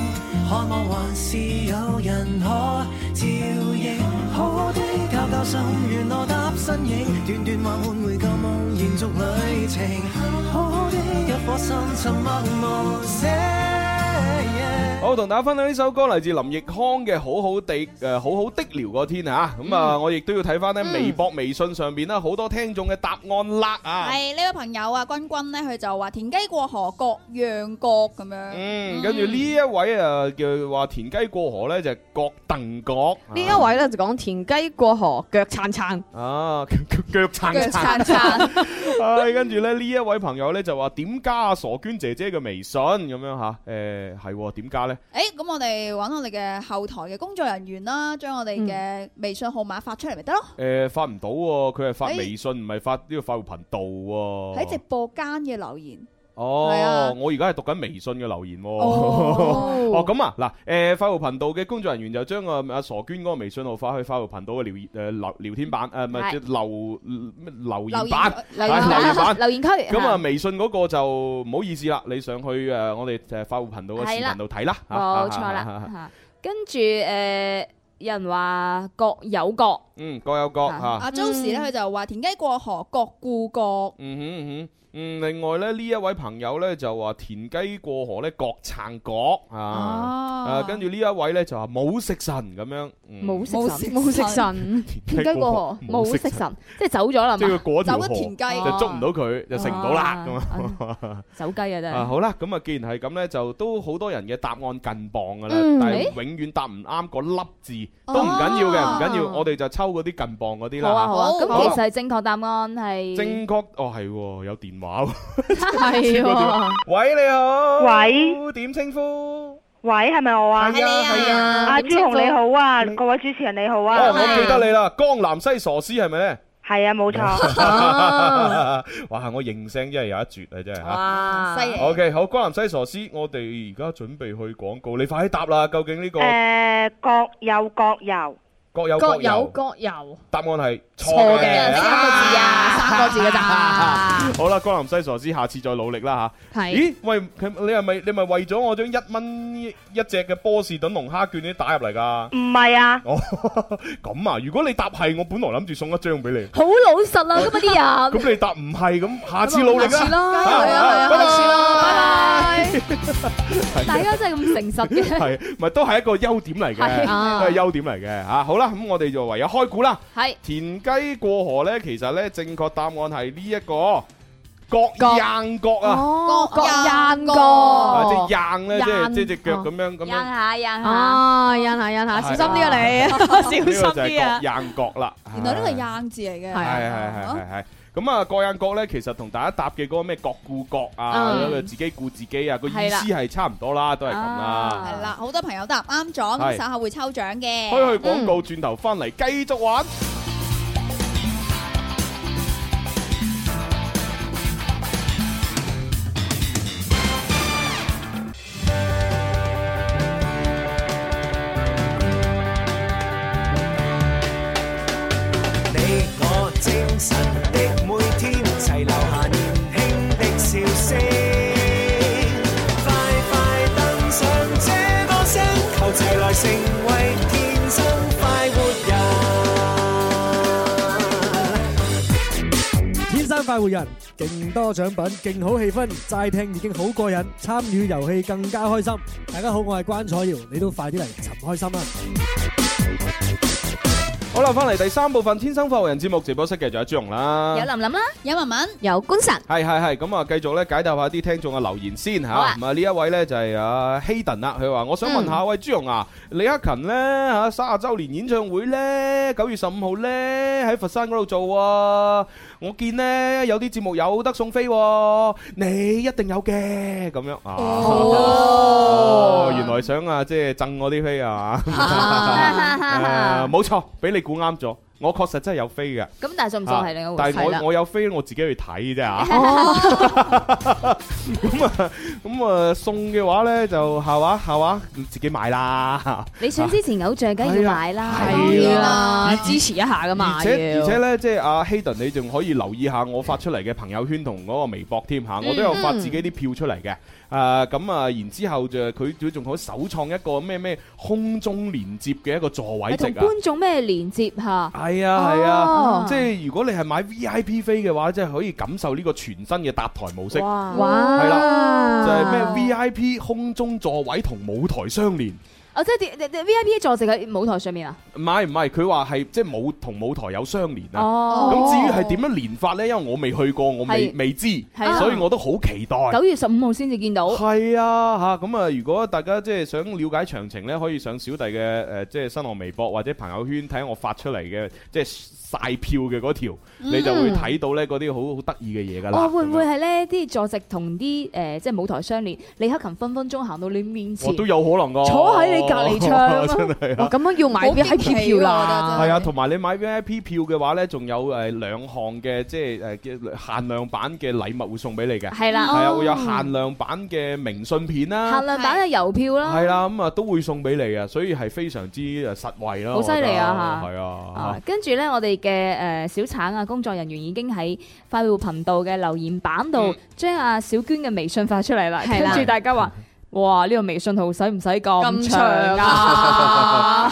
Speaker 10: 渴望還是有人可照應，好好的交交心，原來搭身影，段段話換回舊夢，延續旅程。好好的一顆心，沉默無聲。
Speaker 2: 好，同大家分享呢首歌嚟自林奕匡嘅《好好地》誒，《好好的聊個天》啊！咁啊，我亦都要睇翻咧微博、微信上邊啦，好多聽眾嘅答案啦啊！
Speaker 3: 係呢位朋友啊，君君咧，佢就話田雞過河各樣各咁樣。
Speaker 2: 嗯跟住呢一位啊，叫話田雞過河咧，就係各鄧各。
Speaker 7: 呢一位咧就講田雞過河腳撐撐。
Speaker 2: 啊， 腳 撐
Speaker 7: 腳撐 撐。
Speaker 2: 唉，跟住咧呢一位朋友咧就話點加啊傻娟姐姐嘅微信咁樣吓？誒係喎點加咧？呢？
Speaker 3: 诶，咁我哋揾我哋嘅後台嘅工作人員啦，將我哋
Speaker 2: 嗯
Speaker 3: 嘅微信號碼發出嚟咪得咯。
Speaker 2: 誒發唔到喎，佢係發
Speaker 3: 哎
Speaker 2: 微信，唔係發呢個快活頻道喎。
Speaker 3: 喺直播間嘅留言，係啊
Speaker 2: 哦，我而家係讀緊微信嘅留言喎。
Speaker 3: 哦
Speaker 2: 哦，咁啊，嗱，誒快活頻道嘅工作人員就將個阿傻娟嗰個微信號發去快活頻道嘅聊誒聊聊天版呃誒，唔係
Speaker 1: 係
Speaker 2: 即係留咩留
Speaker 1: 留
Speaker 2: 言
Speaker 1: 言
Speaker 2: 版，
Speaker 1: 留
Speaker 2: 係
Speaker 1: 言
Speaker 2: 留言版
Speaker 1: 啊 留言區
Speaker 2: 咁啊，
Speaker 1: 嚇
Speaker 2: 微信嗰個就唔好意思啦，你上去誒我哋誒快活頻道嘅視頻度睇啦。
Speaker 1: 啊
Speaker 2: 啊
Speaker 1: 冇錯啦。嚇跟住誒，有人話各有各。
Speaker 2: 嗯，各有各嚇。
Speaker 3: 阿 Josie 咧佢就話田雞過河各顧各，
Speaker 2: 嗯哼嗯哼。嗯，另外咧呢一位朋友咧就話田雞過河咧各撐各
Speaker 7: 哦
Speaker 2: 啊，誒跟住呢一位咧就話冇食神咁樣，嗯
Speaker 1: 冇食神，
Speaker 7: 冇 食神
Speaker 1: 田雞過河冇食神，即係走咗啦嘛，
Speaker 2: 即係佢過一條河啊就捉唔
Speaker 1: 哦
Speaker 2: 到佢，就食唔到啦
Speaker 1: 啊
Speaker 2: 咁啊。
Speaker 1: 走雞啊真
Speaker 2: 啊
Speaker 1: 係。
Speaker 2: 好啦，咁啊，既然係咁咧，就都好多人嘅答案近磅噶啦，
Speaker 1: 嗯
Speaker 2: 但係
Speaker 1: 誒
Speaker 2: 永遠答唔啱個粒字都唔緊要嘅，唔緊要，我哋就抽嗰啲近磅嗰啲啦。
Speaker 1: 好啊好啊，
Speaker 2: 好
Speaker 1: 咁其實正確答案係
Speaker 2: 正確哦係喎，有電話喎。
Speaker 1: 係喎。
Speaker 2: 喂，你好。
Speaker 13: 喂，
Speaker 2: 點稱呼？
Speaker 13: 喂，係咪我啊？
Speaker 2: 係啊係啊
Speaker 1: À,
Speaker 13: 阿朱
Speaker 2: 點稱呼
Speaker 13: 紅你好啊，各位主持人你好啊。
Speaker 2: 哦，我記得你啦，江南西傻師係咪咧？
Speaker 13: 係啊，冇錯。
Speaker 2: 哇！我認聲真係有一絕啊，真係嚇。
Speaker 13: 哇犀利
Speaker 2: O K，好，江南西傻師，我哋而家準備去廣告，你快啲答啦！究竟呢個
Speaker 13: 誒，各有各有。
Speaker 2: 各有各有，
Speaker 13: 各有。
Speaker 2: 答案係錯
Speaker 13: 錯
Speaker 2: 嘅
Speaker 13: 嘅
Speaker 2: 啊
Speaker 7: 三個字嘅咋。
Speaker 2: 好啦，江南西傻師，下次再努力啦嚇。
Speaker 7: 係
Speaker 2: 咦？喂，佢你係咪你咪為咗我將一蚊一隻嘅波士頓龍蝦券啲打入嚟㗎？
Speaker 13: 唔係啊。
Speaker 2: 哦，咁啊！如果你答係，我本來諗住送一張俾 你。
Speaker 1: 好老 實啦，咁嗰啲人。
Speaker 2: 咁你答唔係咁，下次努力
Speaker 1: 下次啦
Speaker 2: 啦。
Speaker 1: 係啊 係啊
Speaker 2: 拜拜
Speaker 1: 下次啦
Speaker 2: 係
Speaker 1: 大家真係咁誠實嘅。
Speaker 2: 係，咪都係一個優點嚟嘅，
Speaker 1: 係啊
Speaker 2: 都係優點嚟嘅嚇。好啦，咁我哋就唯有開估啦。
Speaker 1: 係
Speaker 2: 田雞過河咧，其實咧正確答案係呢一個各硬角啊。
Speaker 1: 哦，各
Speaker 7: 硬
Speaker 1: 哦
Speaker 2: 啊
Speaker 7: 過，
Speaker 2: 即係硬咧，即係
Speaker 7: 硬
Speaker 2: 即係只腳咁樣咁
Speaker 1: 印
Speaker 2: 樣。
Speaker 1: 下印下。
Speaker 7: 啊，印下印下，小心啲 啊你，
Speaker 2: 呢
Speaker 7: 小
Speaker 2: 個
Speaker 7: 心
Speaker 2: 就
Speaker 7: 啲啊
Speaker 2: 係！各硬角啦。
Speaker 3: 原來呢個硬字嚟嘅。哦
Speaker 2: 係啊係係
Speaker 3: 啊
Speaker 2: 係係。咁啊，各人各咧，其實同大家答嘅嗰個咩各顧各啊，
Speaker 3: 嗯
Speaker 2: 嗰個自己顧自己啊，個意
Speaker 3: 係啦啊
Speaker 2: 思係差唔多啦，都係咁啦。
Speaker 3: 係啦，好多朋友答啱咗，
Speaker 2: 係
Speaker 3: 咁稍後會抽獎嘅。
Speaker 2: 開去廣告，轉頭翻嚟繼續玩。
Speaker 10: 你我精神的每天，齊留下年輕的笑聲。快快登上這歌聲，求齊來成為天生快活
Speaker 14: 天生快活人，勁多獎品，勁好氣氛，齋聽已經好過癮，參與遊戲更加開心。大家好，我係關
Speaker 10: 哎
Speaker 14: 楚瑤，你都快啲嚟尋開
Speaker 10: à.
Speaker 14: 心啦！
Speaker 2: 好啦，翻嚟第三部分《天生發福人》節目直播室嘅就有朱容啦。
Speaker 1: 有林林啦，
Speaker 3: 有文文，
Speaker 1: 有官神。
Speaker 2: 係係係，咁啊，繼續咧解答下啲聽眾嘅留言先嚇。
Speaker 1: 好啊
Speaker 2: 咁啊，呢一位咧就係啊希頓啦，佢話：我想問下，喂朱容啊，李克勤咧嚇三十週年演唱會咧，九月十五號咧喺佛山嗰度做啊。我見咧有啲節目有得送飛喎，你一定有嘅咁樣啊。 哦，原來想啊，即係贈我啲飛啊。
Speaker 1: À.
Speaker 2: 誒冇錯，俾你估啱咗。我確實真係有飛嘅，
Speaker 1: 咁但係信唔信係另一回事
Speaker 2: 啊但
Speaker 1: 係啦
Speaker 2: 係我我有飛，我自己去睇啫嚇。
Speaker 1: 哦，
Speaker 2: 咁啊送嘅話咧就係話係話自己買啦。
Speaker 1: 你想之前偶像梗係要買啦，
Speaker 2: 係啦
Speaker 7: 啊支持一下噶嘛，
Speaker 2: 而且
Speaker 7: 要
Speaker 2: 而且咧，即係阿 Hayden，你仲可以留意下我發出嚟嘅朋友圈同嗰個微博添嚇，
Speaker 1: 嗯
Speaker 2: 我都有發自己啲票出嚟嘅。誒咁啊，然之後就佢佢仲可以首創一個咩咩空中連接嘅一個座位
Speaker 1: 係
Speaker 2: 席
Speaker 1: 同
Speaker 2: 啊！
Speaker 1: 觀眾咩連接嚇？
Speaker 2: 係啊係啊
Speaker 1: 哦，
Speaker 2: 即係如果你係買 V I P 飛嘅話，即係可以感受呢個全新嘅搭台模式。
Speaker 1: 哇啊
Speaker 2: 係啦，就係咩 V I P 空中座位同舞台相連。
Speaker 1: 哦，即係 V I P 坐席喺舞台上面啊？
Speaker 2: 唔係唔係，佢話係即係舞同舞台有相連啊。
Speaker 1: 哦
Speaker 2: 咁至於係點樣連法呢？因為我未去過，我未
Speaker 1: 係
Speaker 2: 未知
Speaker 1: 係啊，
Speaker 2: 所以我都好期待。
Speaker 1: 九月十五號先至見到。
Speaker 2: 係啊，嚇咁啊！如果大家即係想了解詳情呢，可以上小弟嘅誒即係新浪微博或者朋友圈睇我發出嚟嘅即係晒票嘅嗰條，
Speaker 1: 嗯
Speaker 2: 你就會睇到呢嗰啲好好得意嘅嘢㗎
Speaker 1: 哇！
Speaker 2: 啦。
Speaker 1: 會唔啊會係咧啲坐席同啲誒即係舞台相連？李克勤分分鐘行到你面前
Speaker 2: 我，都有可能㗎。
Speaker 1: 坐喺你隔離 唱啊
Speaker 2: 真係啊
Speaker 7: 哇，咁樣要買 V I P 票啦，
Speaker 2: 係啊，同埋你買 V I P 票嘅話呢，仲有誒兩項嘅即係誒嘅限量版嘅禮物會送俾你嘅。
Speaker 1: 係啦
Speaker 2: 係啊，
Speaker 1: 哦
Speaker 2: 會有限量版嘅明信片啦。
Speaker 1: 限量版嘅郵票啦。
Speaker 2: 係啦，咁啊都會送俾你嘅，所以係非常之誒實惠啦。
Speaker 1: 好犀利啊
Speaker 2: 我覺得係啊
Speaker 1: 啊，，跟住呢，我哋嘅誒小橙啊，工作人員已經喺快活頻道嘅留言板度將阿小娟嘅微信發出嚟啦。
Speaker 7: 係
Speaker 1: 跟
Speaker 7: 啦
Speaker 1: 住大家話：哇！呢個微信號使唔使咁
Speaker 7: 咁
Speaker 1: 長
Speaker 7: 長
Speaker 1: 啊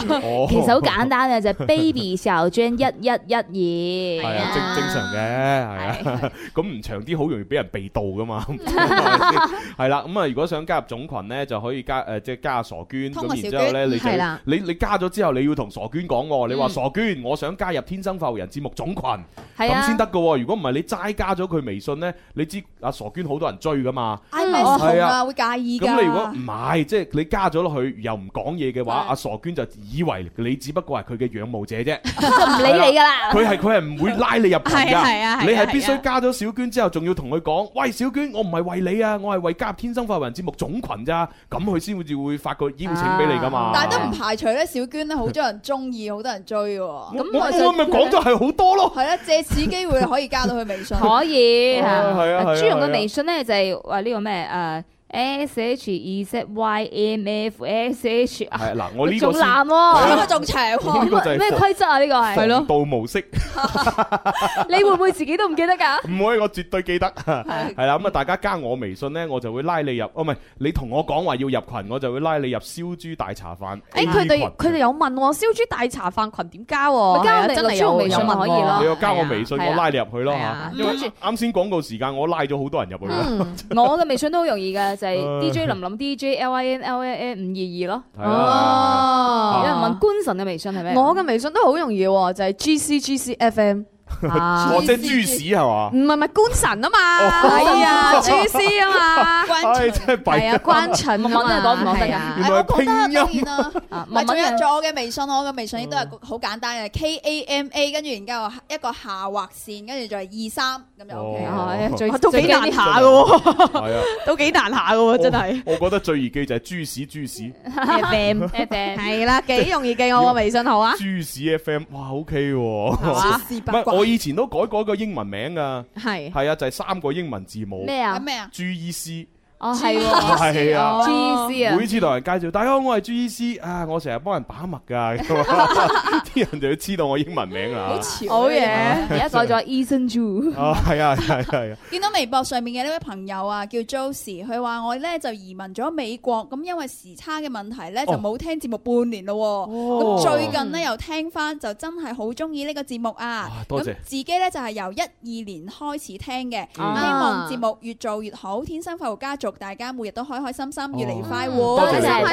Speaker 7: 啊？
Speaker 1: 其實好簡單嘅，就係 baby 小娟一一一
Speaker 2: 係
Speaker 1: 二
Speaker 2: 啊，。正正常嘅，係啊，咁唔長啲好容易俾人被盜噶 嘛，係啦，咁啊，如果想加入總群咧，就可以加呃誒，即係加下傻娟，
Speaker 7: 通過
Speaker 2: 咁然
Speaker 7: 小
Speaker 2: 之後咧，
Speaker 7: 娟
Speaker 2: 你就
Speaker 7: 係啦
Speaker 2: 你你加咗之後，你要同傻娟講喎，你話
Speaker 7: 嗯
Speaker 2: 傻娟，我想加入天生發育人節目總群，
Speaker 1: 係啊
Speaker 2: 咁先得噶喎，如果唔係你齋加咗佢微信咧，你知阿傻娟好多人追噶嘛，
Speaker 3: I M S
Speaker 2: 係
Speaker 3: 紅
Speaker 2: 啊
Speaker 3: 啊，會介意㗎。
Speaker 2: 咁你如果唔係，即係你加咗落去又唔講嘢嘅話，阿傻娟就以為你只不過係佢嘅仰慕者啫，
Speaker 1: 就 唔理啊你㗎啦
Speaker 2: 佢係佢係唔會拉你入群
Speaker 1: 係啊係啊係啊
Speaker 2: 㗎，你係必
Speaker 1: 係
Speaker 2: 須
Speaker 1: 啊
Speaker 2: 加咗小娟之後，仲要同佢講：喂，小娟，我唔係為你啊，我係為加入天生發雲節目總群咋，咁佢先至會發個邀請俾你㗎嘛。
Speaker 3: 嗯但係都唔排除咧，小 娟咧好多人中意，好多人追喎。
Speaker 2: 咁我我咪講咗係好多咯。
Speaker 3: 係啦，借此機會可以加到佢微 信。
Speaker 1: 可以
Speaker 3: 哦
Speaker 2: 係啊係啊
Speaker 1: 朱容
Speaker 2: 係啊
Speaker 1: 嘅微信咧就係話呢個咩誒 S H E Z Y M F S H 啊
Speaker 2: 係嗱我呢個
Speaker 1: 仲
Speaker 2: 先
Speaker 1: 難
Speaker 2: 係
Speaker 1: 喎，
Speaker 2: 啊呢個仲
Speaker 1: 長
Speaker 2: 呢個就係
Speaker 1: 咩
Speaker 2: 防
Speaker 1: 規則啊？呢個係
Speaker 2: 防，盜模式。
Speaker 1: 你會唔會自己都唔記得 㗎？
Speaker 2: 唔可以，我絕對記 得。係啦，咁啊，大家加我微信呢，我就會拉你入。哦，唔係，你同我講話要入群，我就會拉你入燒豬大茶飯。
Speaker 7: 誒，佢
Speaker 2: 啊
Speaker 7: 哋佢哋有問喎，燒豬大茶飯群點加喎？
Speaker 1: 咪加我
Speaker 7: 係啊
Speaker 1: 微
Speaker 7: 真係
Speaker 1: 信
Speaker 7: 有
Speaker 1: 微信
Speaker 7: 有問
Speaker 1: 可以咯
Speaker 7: 喎
Speaker 2: 你要加我微信，
Speaker 1: 係啊
Speaker 2: 我拉你入去咯
Speaker 1: 係啊
Speaker 2: 嚇。因為啱先廣告時間，我拉咗好多人入去啦。
Speaker 1: 我嘅微信都好容易㗎，就係
Speaker 2: 誒
Speaker 1: D J 林林 D J L I N L I N 五二二咯。
Speaker 2: 係啊
Speaker 7: 哦
Speaker 1: 有人問官神嘅微信係咩？
Speaker 7: 我嘅微信都好容易喎，就係 G C G C F M。
Speaker 2: 哦
Speaker 7: 啊
Speaker 2: 我即係豬屎係嘛
Speaker 7: 唔？係唔係官神啊嘛，係啊，G C 啊 嘛，
Speaker 2: 唉，真係弊。
Speaker 7: 係啊，關陳啊
Speaker 1: 文文都係講唔講得㗎
Speaker 7: 啊
Speaker 2: 原來係拼音。
Speaker 1: 啊
Speaker 3: 唔係，仲
Speaker 1: 文文
Speaker 3: 有
Speaker 1: 嘅
Speaker 3: 仲有我嘅微信，我嘅微信亦都係
Speaker 2: 嗯
Speaker 3: 好簡單嘅，K A M A，跟住然之後一個下劃線，跟住就係二三咁就
Speaker 2: 哦
Speaker 3: OK 啦。
Speaker 1: 係啊 最
Speaker 7: 哇都幾難下
Speaker 1: 嘅
Speaker 7: 㗎喎，
Speaker 2: 係啊，
Speaker 7: 都幾難下㗎喎，真係。
Speaker 2: 我覺得最易記就係豬屎豬屎
Speaker 7: FM
Speaker 1: FM
Speaker 7: 係啦，幾容易記我個微信號啊，
Speaker 2: 豬屎 FM，哇，OK 喎。
Speaker 1: 啊
Speaker 7: 嘛
Speaker 2: 唔係，我以前都改過一個英文名㗎。
Speaker 7: 係
Speaker 2: 係啊，就係三個英文字母。
Speaker 1: 咩啊？
Speaker 3: 咩啊？
Speaker 2: ？G E C。
Speaker 1: 哦，係喎，
Speaker 2: 哦係啊
Speaker 1: G C 啊，
Speaker 2: 每次同人介紹，大家好，我係朱醫師啊，我成日幫人把脈㗎，咁啊啲人就要知道我英文名啊啦。
Speaker 1: 好嘢，
Speaker 2: 啊
Speaker 1: 而家改咗 Eason Zhu。
Speaker 2: 啊，係啊，係啊係啊，
Speaker 3: 見到微博上面嘅呢位朋友啊，叫 Josie，佢話我呢就移民咗美國，咁因為時差嘅問題呢，就
Speaker 2: 哦
Speaker 3: 冇聽節目半年咯
Speaker 2: 哦
Speaker 3: 喎。咁最近呢，又聽翻，就真係好中意呢個節目啊！
Speaker 2: 多謝
Speaker 3: 咁自己呢，就係由一二年開始聽嘅，希
Speaker 2: 嗯
Speaker 7: 啊
Speaker 3: 望節目越做越好，天生快活家族，大家每日都開開心心，越嚟越快
Speaker 2: 哦
Speaker 3: 活，
Speaker 2: 多謝
Speaker 3: 開心
Speaker 2: 多謝
Speaker 3: 開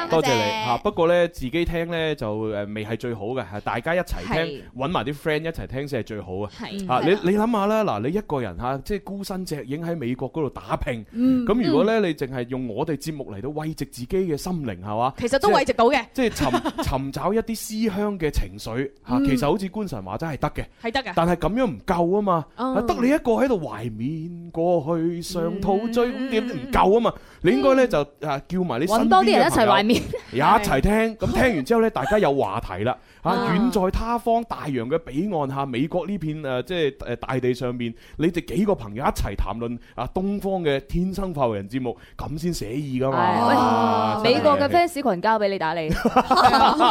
Speaker 3: 心，
Speaker 2: 多謝你嚇。不過咧，自己聽咧就誒未係最好嘅，係大家一齊聽
Speaker 3: 係，
Speaker 2: 揾埋啲 friend 一齊聽先係最好啊。
Speaker 7: 嗯
Speaker 3: 係
Speaker 2: 啊，你你諗下啦，嗱，你一個人嚇，即係孤身隻影喺美國嗰度打拼，
Speaker 7: 嗯
Speaker 2: 咁如果咧你淨係用我哋節目嚟到慰藉自己嘅心靈係嘛？
Speaker 7: 其實都
Speaker 2: 即係
Speaker 7: 慰藉到嘅，
Speaker 2: 即係尋 尋找一啲思鄉嘅情緒嚇，
Speaker 7: 嗯
Speaker 2: 其實好似官神話真係得嘅，
Speaker 7: 係得㗎
Speaker 2: 但係咁樣唔夠啊嘛，
Speaker 7: 哦
Speaker 2: 得你一個喺度懷緬過去上肚追，咁點唔夠啊嘛？你應該咧就啊叫埋你身
Speaker 1: 揾多啲人
Speaker 2: 邊嘅朋
Speaker 1: 一齊
Speaker 2: 友
Speaker 1: 懷緬
Speaker 2: 一齊聽，咁聽完之後咧，大家有話題 啦嚇。
Speaker 1: 啊
Speaker 2: 遠在他方大洋嘅彼岸下，美國呢片呃誒即係誒大地上面，你哋幾個朋友一齊談論啊東方嘅天生發育人節目，咁先寫意噶嘛
Speaker 1: 係喂
Speaker 2: 啊？
Speaker 1: 美國嘅
Speaker 2: 真係
Speaker 1: fans 群交俾你打你，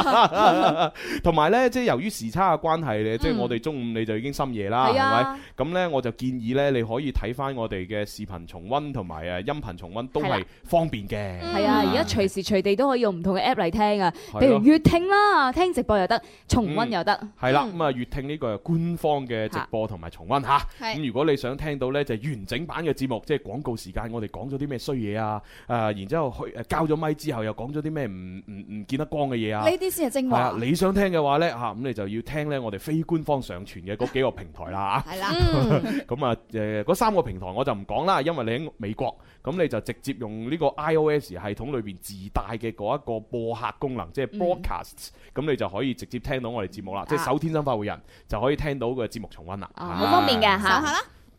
Speaker 2: 同埋呢，即係由於時差嘅關係咧，即係
Speaker 1: 嗯
Speaker 2: 我哋中午你就已經深夜啦，係
Speaker 1: 係
Speaker 2: 咪
Speaker 1: 啊？
Speaker 2: 咁呢，我就建議呢，你可以睇翻我哋嘅視頻重温同埋誒音頻重温都
Speaker 1: 係
Speaker 2: 係
Speaker 1: 啦嗯
Speaker 2: 方便嘅。
Speaker 1: 係啊，而家隨時隨地都可以用唔同嘅 app 嚟聽啊
Speaker 2: 係，咯
Speaker 1: 譬如粵聽啦，聽直播又得，得，
Speaker 2: Ừ.
Speaker 1: 重温又得。
Speaker 2: 係啦，咁啊，粵聽呢個係官方嘅直播同埋重温吓。
Speaker 1: 係
Speaker 2: 咁如果你想聽到呢，就係完整版嘅節目，即係廣告時間，我哋講咗啲咩衰嘢啊？誒，然之後去誒交咗咪之後，又講咗啲咩唔唔唔見得光嘅嘢
Speaker 7: 嗯
Speaker 2: 啊？
Speaker 3: 呢啲先係精華
Speaker 2: 係啊你想聽嘅話呢，嚇咁你就要聽呢我哋非官方上傳嘅嗰幾個平台啦啊嚇。
Speaker 3: 係
Speaker 7: 嗯
Speaker 3: 啦
Speaker 2: 咁啊誒嗰三個平台我就唔講啦，因為你喺美國，咁你就直接用呢個 iOS 系統裏邊自帶嘅嗰一個播客功能，即係
Speaker 3: 嗯
Speaker 2: broadcast，咁你就可以直接聽到我哋節目啦。即係搜天生快活人就可以聽到個節目重温啦。
Speaker 3: 啊
Speaker 2: 啊
Speaker 9: 好方便嘅吓。
Speaker 3: 啦，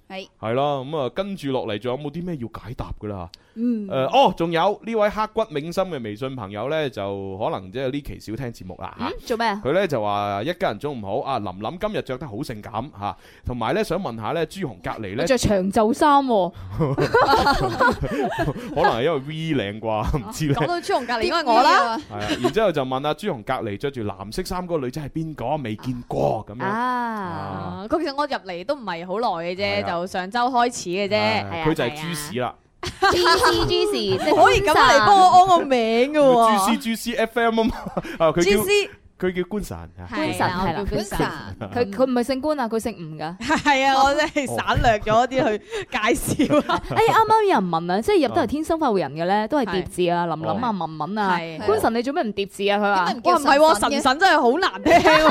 Speaker 3: 係
Speaker 2: 係咯，咁啊跟住落嚟仲有冇啲咩要解答㗎啦？
Speaker 3: 嗯
Speaker 2: 誒、哦，仲有呢位刻骨銘心嘅微信朋友呢，就可能即係呢期少聽節目啦嚇。
Speaker 1: 做咩啊？
Speaker 2: 佢呢就話一家人中午好啊，琳琳今日着得好性感嚇，同埋呢，想問下呢，朱紅隔離呢
Speaker 1: 我，着長袖衫喎，
Speaker 2: 可能係因為 V 領啩，唔知呢。
Speaker 7: 講到朱 紅隔離應該係我啦，
Speaker 2: 係啊，然之後就問阿朱紅隔離着住藍色衫嗰個女仔係邊個？未見過咁樣。
Speaker 1: À.
Speaker 7: 啊，咁其實我入嚟都唔係好耐嘅
Speaker 2: 係
Speaker 7: 啫，
Speaker 2: 啊
Speaker 7: 就上周開始嘅啫。
Speaker 2: 佢就係豬屎啦。
Speaker 7: G
Speaker 2: À.
Speaker 7: G
Speaker 9: G
Speaker 7: 唔可以咁嚟幫我安個名嘅
Speaker 2: 豬
Speaker 7: 喎。
Speaker 2: C 豬 C FM 啊嘛， 啊佢叫
Speaker 7: GC
Speaker 2: 佢叫官神啊。
Speaker 1: 官神係啦，官神，
Speaker 2: Ừ.
Speaker 1: 佢佢唔係姓官啊，佢姓吳㗎。
Speaker 7: 係啊，我真係省略咗啲去介紹 啊。
Speaker 1: 哎，啱啱有人問啊，即係入得嚟天生快活人嘅咧，都係疊字啊，琳琳啊，文文啊，官神你做咩唔疊字啊？佢話：
Speaker 7: 哇，唔係喎，神神真係好難聽喎，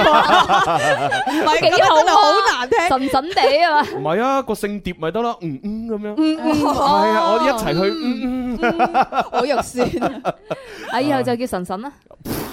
Speaker 7: 唔係
Speaker 1: 幾
Speaker 7: 咁
Speaker 1: 好
Speaker 7: 真係
Speaker 1: 啊
Speaker 7: 好難聽，
Speaker 1: 神神地啊嘛。
Speaker 2: 唔係啊，個姓碟咪得啦，嗯嗯咁樣。
Speaker 1: 嗯嗯
Speaker 2: 係啊，我哋一齊去嗯嗯。
Speaker 1: 好肉酸啊！以後就叫神神啦。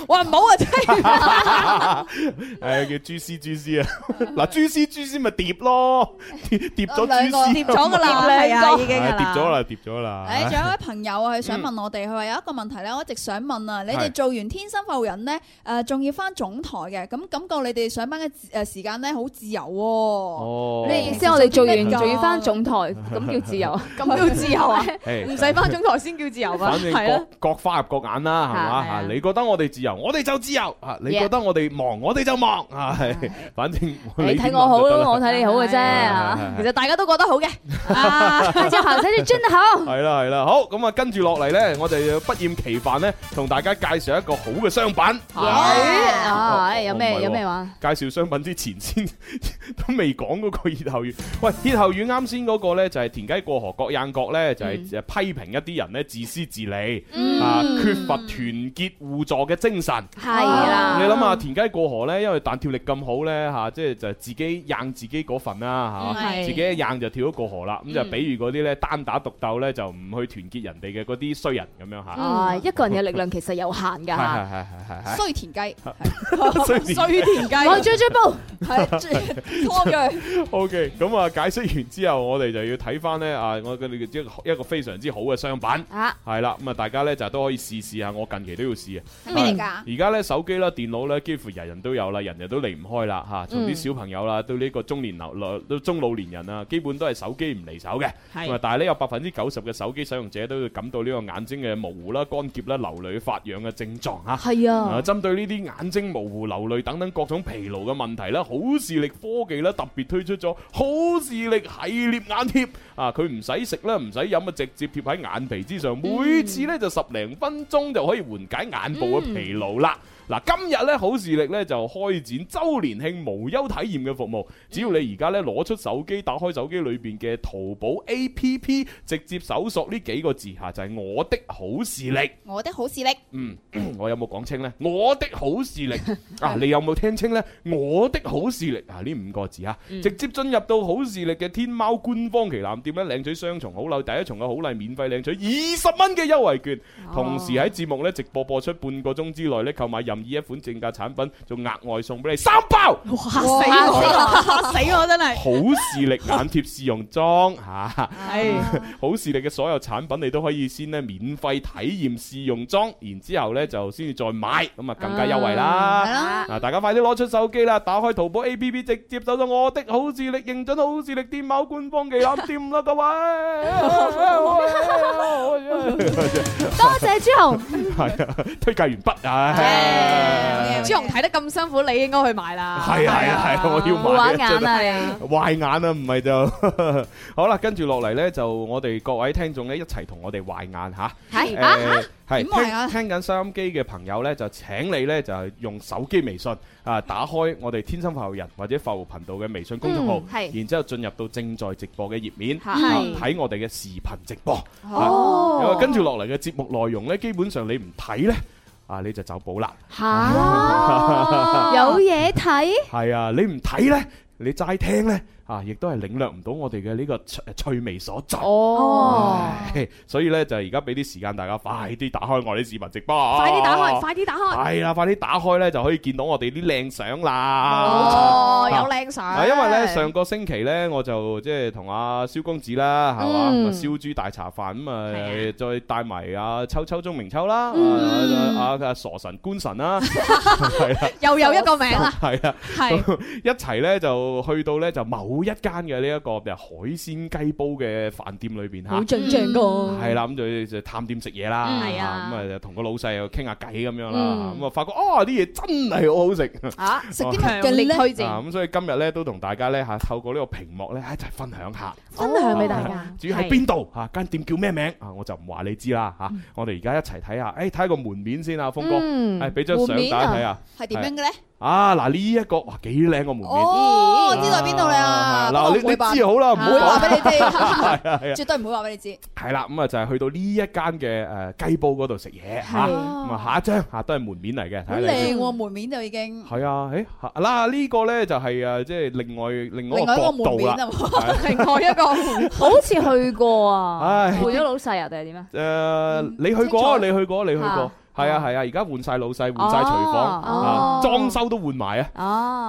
Speaker 7: 哇，唔好啊，真係。
Speaker 2: 诶，叫蛛絲蛛絲啊！嗱，蛛絲蛛絲咪疊咯，疊 疊咗
Speaker 3: 兩
Speaker 2: 蛛
Speaker 3: 個
Speaker 2: 絲，
Speaker 3: 疊咗㗎啦
Speaker 2: 係
Speaker 3: 係啊已經㗎啦
Speaker 2: 疊咗啦，疊咗啦。
Speaker 3: 誒，仲有一位朋友啊，佢想問我哋，佢話有一個問題咧，我一直想問啊，你哋
Speaker 2: 嗯係
Speaker 3: 做完《天生浮人》咧，誒，仲要翻總台嘅，咁感覺你哋上班嘅誒時間咧好自由喎。
Speaker 2: 哦
Speaker 1: 你意思我哋做完仲要翻總台，咁叫自由啊？
Speaker 7: 咁叫自由啊？
Speaker 2: 係
Speaker 7: 唔使翻中台先叫自由啊，
Speaker 2: 反正
Speaker 7: 係啊。
Speaker 2: 各各花入各眼啦，係嘛
Speaker 7: 係啊
Speaker 2: 吓？你覺得我哋自由，我哋就自由啊！你
Speaker 1: Yeah
Speaker 2: 覺得我哋忙，我哋就忙啊！ 係反正
Speaker 1: 你
Speaker 2: 你
Speaker 1: 睇
Speaker 2: 點
Speaker 1: 我好
Speaker 2: 忙就得啦
Speaker 1: 咯，我睇你好嘅啫。啊
Speaker 2: 係係係
Speaker 7: 其實大家都覺得好嘅，
Speaker 1: 啊， 只行仔你真 好。
Speaker 2: 系啦系啦，好咁啊，跟住落嚟呢，我哋要不厭其煩呢，同大家介紹一個好嘅商品。哦
Speaker 1: 咦啊有
Speaker 2: 哦唔係
Speaker 1: 咩
Speaker 2: 喎
Speaker 1: 有咩話？
Speaker 2: 介紹商品之前先 都未講嗰個歇後語。喂，歇後語啱先嗰個呢，就係田雞過河各硬角呢，就
Speaker 1: 嗯
Speaker 2: 係誒批評一啲人呢自私自利啊，缺乏團結互助嘅精神。
Speaker 1: 係啦
Speaker 2: 你諗下田雞過河呢，因為彈跳力咁好呢，嚇，即係就係自己硬自己嗰份啦
Speaker 3: 嗯
Speaker 2: 嚇，
Speaker 3: 係
Speaker 2: 自己一硬就跳咗過河啦。咁就
Speaker 1: 嗯
Speaker 2: 比如嗰啲呢，單打獨鬥呢，就唔去團結人哋嘅嗰啲衰人咁樣嚇。
Speaker 1: 啊，一個人嘅力量其實有限㗎
Speaker 2: 係
Speaker 1: 嚇。
Speaker 2: 係係係係。
Speaker 3: 衰田 雞，
Speaker 2: 衰 田雞衰田雞
Speaker 1: 我追追煲，
Speaker 3: 係拖佢。
Speaker 2: O K，咁啊，解釋完之後，我哋就要睇翻呢。啊，我哋嘅一個一個非常之好嘅商品，
Speaker 1: 啊
Speaker 2: 係啦，咁啊，大家呢就都可以試試下，我近期都要試啊。
Speaker 3: 咩嚟㗎
Speaker 2: 啊而家呢，手機啦、電腦呢，幾乎人人都有啦，人人都離唔開啦嚇，從啲
Speaker 3: 嗯
Speaker 2: 小朋友啦，到呢個中年流到中老年人啊，基本都係手機唔離手嘅。
Speaker 3: 係
Speaker 2: 咁啊但係呢，有百分之九十嘅手機使用者都會感到呢個眼睛嘅模糊啦、乾澀啦、流淚發癢嘅症狀嚇。
Speaker 1: 係 啊
Speaker 2: 啊針對呢啲眼睛模糊、流淚等等各種疲勞嘅問題咧，好視力科技咧特別推出咗好視力系列眼貼啊！佢唔使食啦，唔使飲啊，直接貼喺眼皮之上，每次咧就十零分鐘就可以緩解眼部嘅疲勞啦。嗱，今日咧好視力咧就開展周年慶無憂體驗嘅服務，只要你而家咧攞出手機，打開手機裏邊嘅淘寶 A P P，直接搜索呢幾個字嚇，就係、我的好視力。
Speaker 3: 我的好視力，
Speaker 2: 嗯， 我有冇講清呢？我的好視力啊，你有冇聽清呢？我的好視力啊，呢五個字啊，
Speaker 3: 嗯
Speaker 2: 直接進入到好視力嘅天貓官方旗艦店咧，領取雙重好禮，第一重嘅好禮免費領取二十蚊嘅優惠券，同時喺節目咧直播播出半個鐘之內咧，購買任意一款正價產品，仲額外送俾你三包。
Speaker 7: 哇嚇死我，嚇死我真係。
Speaker 2: 好視力眼貼試用裝啊嚇，
Speaker 7: 係
Speaker 3: 哦
Speaker 2: 好視力嘅所有產品你都可以先咧免費體驗試用裝，然之後咧就先至再買，咁啊更加優惠
Speaker 3: 係
Speaker 2: 啦
Speaker 3: 啦。
Speaker 2: 嗱，大家快啲攞出手機啦，打開淘寶 A P P，直接搜索我的好視力，認準好視力天貓官方旗艦店啦，各位。
Speaker 1: 多謝朱紅。
Speaker 2: 係啊，推介完畢啊。
Speaker 7: 朱紅睇得咁辛苦，你應該去買啦。
Speaker 2: 係啊係啊係啊，我 要買
Speaker 1: 玩眼啊你！
Speaker 2: 壞眼啊，唔係就 好啦。跟住落嚟呢，就我哋各位聽眾呢，一齊同我哋壞眼吓。
Speaker 7: 係
Speaker 2: 誒
Speaker 7: 啊嚇
Speaker 2: 係
Speaker 7: 點壞啊
Speaker 2: 聽聽緊收音機嘅朋友呢，就請你呢，就係用手機微信啊，打開我哋天生發育人或者發育頻道嘅微信公眾號
Speaker 7: 嗯，係
Speaker 2: 然之後進入到正在直播嘅頁面，
Speaker 7: 係
Speaker 2: 啊睇我哋嘅視頻直播。
Speaker 7: 哦
Speaker 2: 啊跟住落嚟嘅節目內容呢，基本上你唔睇呢，啊你就走寶啦。
Speaker 1: 吓，有嘢 睇。
Speaker 2: 係啊，你唔睇呢，你齋聽呢，啊，亦都係領略唔到我哋嘅呢個趣趣味所在。
Speaker 1: 哦
Speaker 2: 唉，所以呢，就而家俾啲時間大家快啲打開我哋視頻直播啊，
Speaker 7: 快啲打開，快啲打開。
Speaker 2: 係啦，哎快啲打開呢，就可以見到我哋啲靚相啦。
Speaker 7: 哦，有
Speaker 2: 啊
Speaker 7: 靚相。
Speaker 2: 啊，因為咧上個星期咧，我就即係同阿蕭公子啦，係嘛，
Speaker 7: 嗯
Speaker 2: 咁啊燒豬大茶飯咁啊，再帶埋阿秋秋鍾明秋啦，
Speaker 7: 嗯
Speaker 2: 啊啊啊傻神官神 啦，係啦。
Speaker 7: 又有一個名啦。
Speaker 2: 係啊，
Speaker 7: 係
Speaker 2: 咁一齊咧就去到咧就某一間嘅呢一個就海鮮雞煲嘅飯店裏邊嚇，
Speaker 1: 好盡象㗎嗯
Speaker 2: 係啦，咁就就探店食嘢啦，
Speaker 1: 嗯係啊
Speaker 2: 咁啊就同個老細又傾下偈咁樣啦，
Speaker 1: 嗯
Speaker 2: 咁啊發覺啊啲嘢真係好好食
Speaker 7: 啊食啲乜嘅咧強力推薦
Speaker 2: 啊咁所以今日咧都同大家咧嚇透過呢個屏幕咧一齊分享下。
Speaker 1: 分享俾大家
Speaker 2: 啊至於喺邊度嚇間店叫咩名啊？我就唔話你知啦
Speaker 3: 嗯
Speaker 2: 嚇。我哋而家一齊睇下，誒哎睇下個門面先啊，峰哥，
Speaker 7: 嗯
Speaker 2: 誒俾張相
Speaker 7: 門面
Speaker 2: 大家
Speaker 7: 啊
Speaker 2: 睇下，
Speaker 3: 係點樣嘅咧？
Speaker 2: 啊嗱，呢一個哇幾靚個門面。啊
Speaker 3: 哦，我知道喺邊度啦。啊不過
Speaker 2: 哦嗱，
Speaker 3: 我
Speaker 2: 你
Speaker 3: 唔會啊
Speaker 2: 你
Speaker 3: 話
Speaker 2: 知就好啦，唔好
Speaker 3: 唔會話俾你知，
Speaker 2: 係啊係啊
Speaker 3: 絕對唔會話俾你知。
Speaker 2: 係啦，咁啊就係去到呢一間嘅誒雞煲嗰度食嘢嚇，
Speaker 3: 係
Speaker 2: 咁啊
Speaker 3: 哦
Speaker 2: 下一張嚇都係門面嚟嘅，睇
Speaker 3: 好
Speaker 2: 下你先
Speaker 3: 靚喎，門面就已經。
Speaker 2: 係啊，誒嗱呢個咧就係誒即係另外另外一個
Speaker 3: 另外一
Speaker 2: 角
Speaker 3: 個門
Speaker 2: 度
Speaker 3: 面
Speaker 2: 啦
Speaker 3: 啊，
Speaker 2: 係
Speaker 3: 另外一 個
Speaker 1: 好似去過啊，
Speaker 2: 唉
Speaker 1: 換咗老細啊，定係點啊？
Speaker 2: 誒你去過，你去過，你去過
Speaker 1: 啊。
Speaker 2: 係啊係啊，而家換晒老細，換晒廚房，
Speaker 1: 哦
Speaker 2: 啊裝修都換埋啊！
Speaker 1: 哦，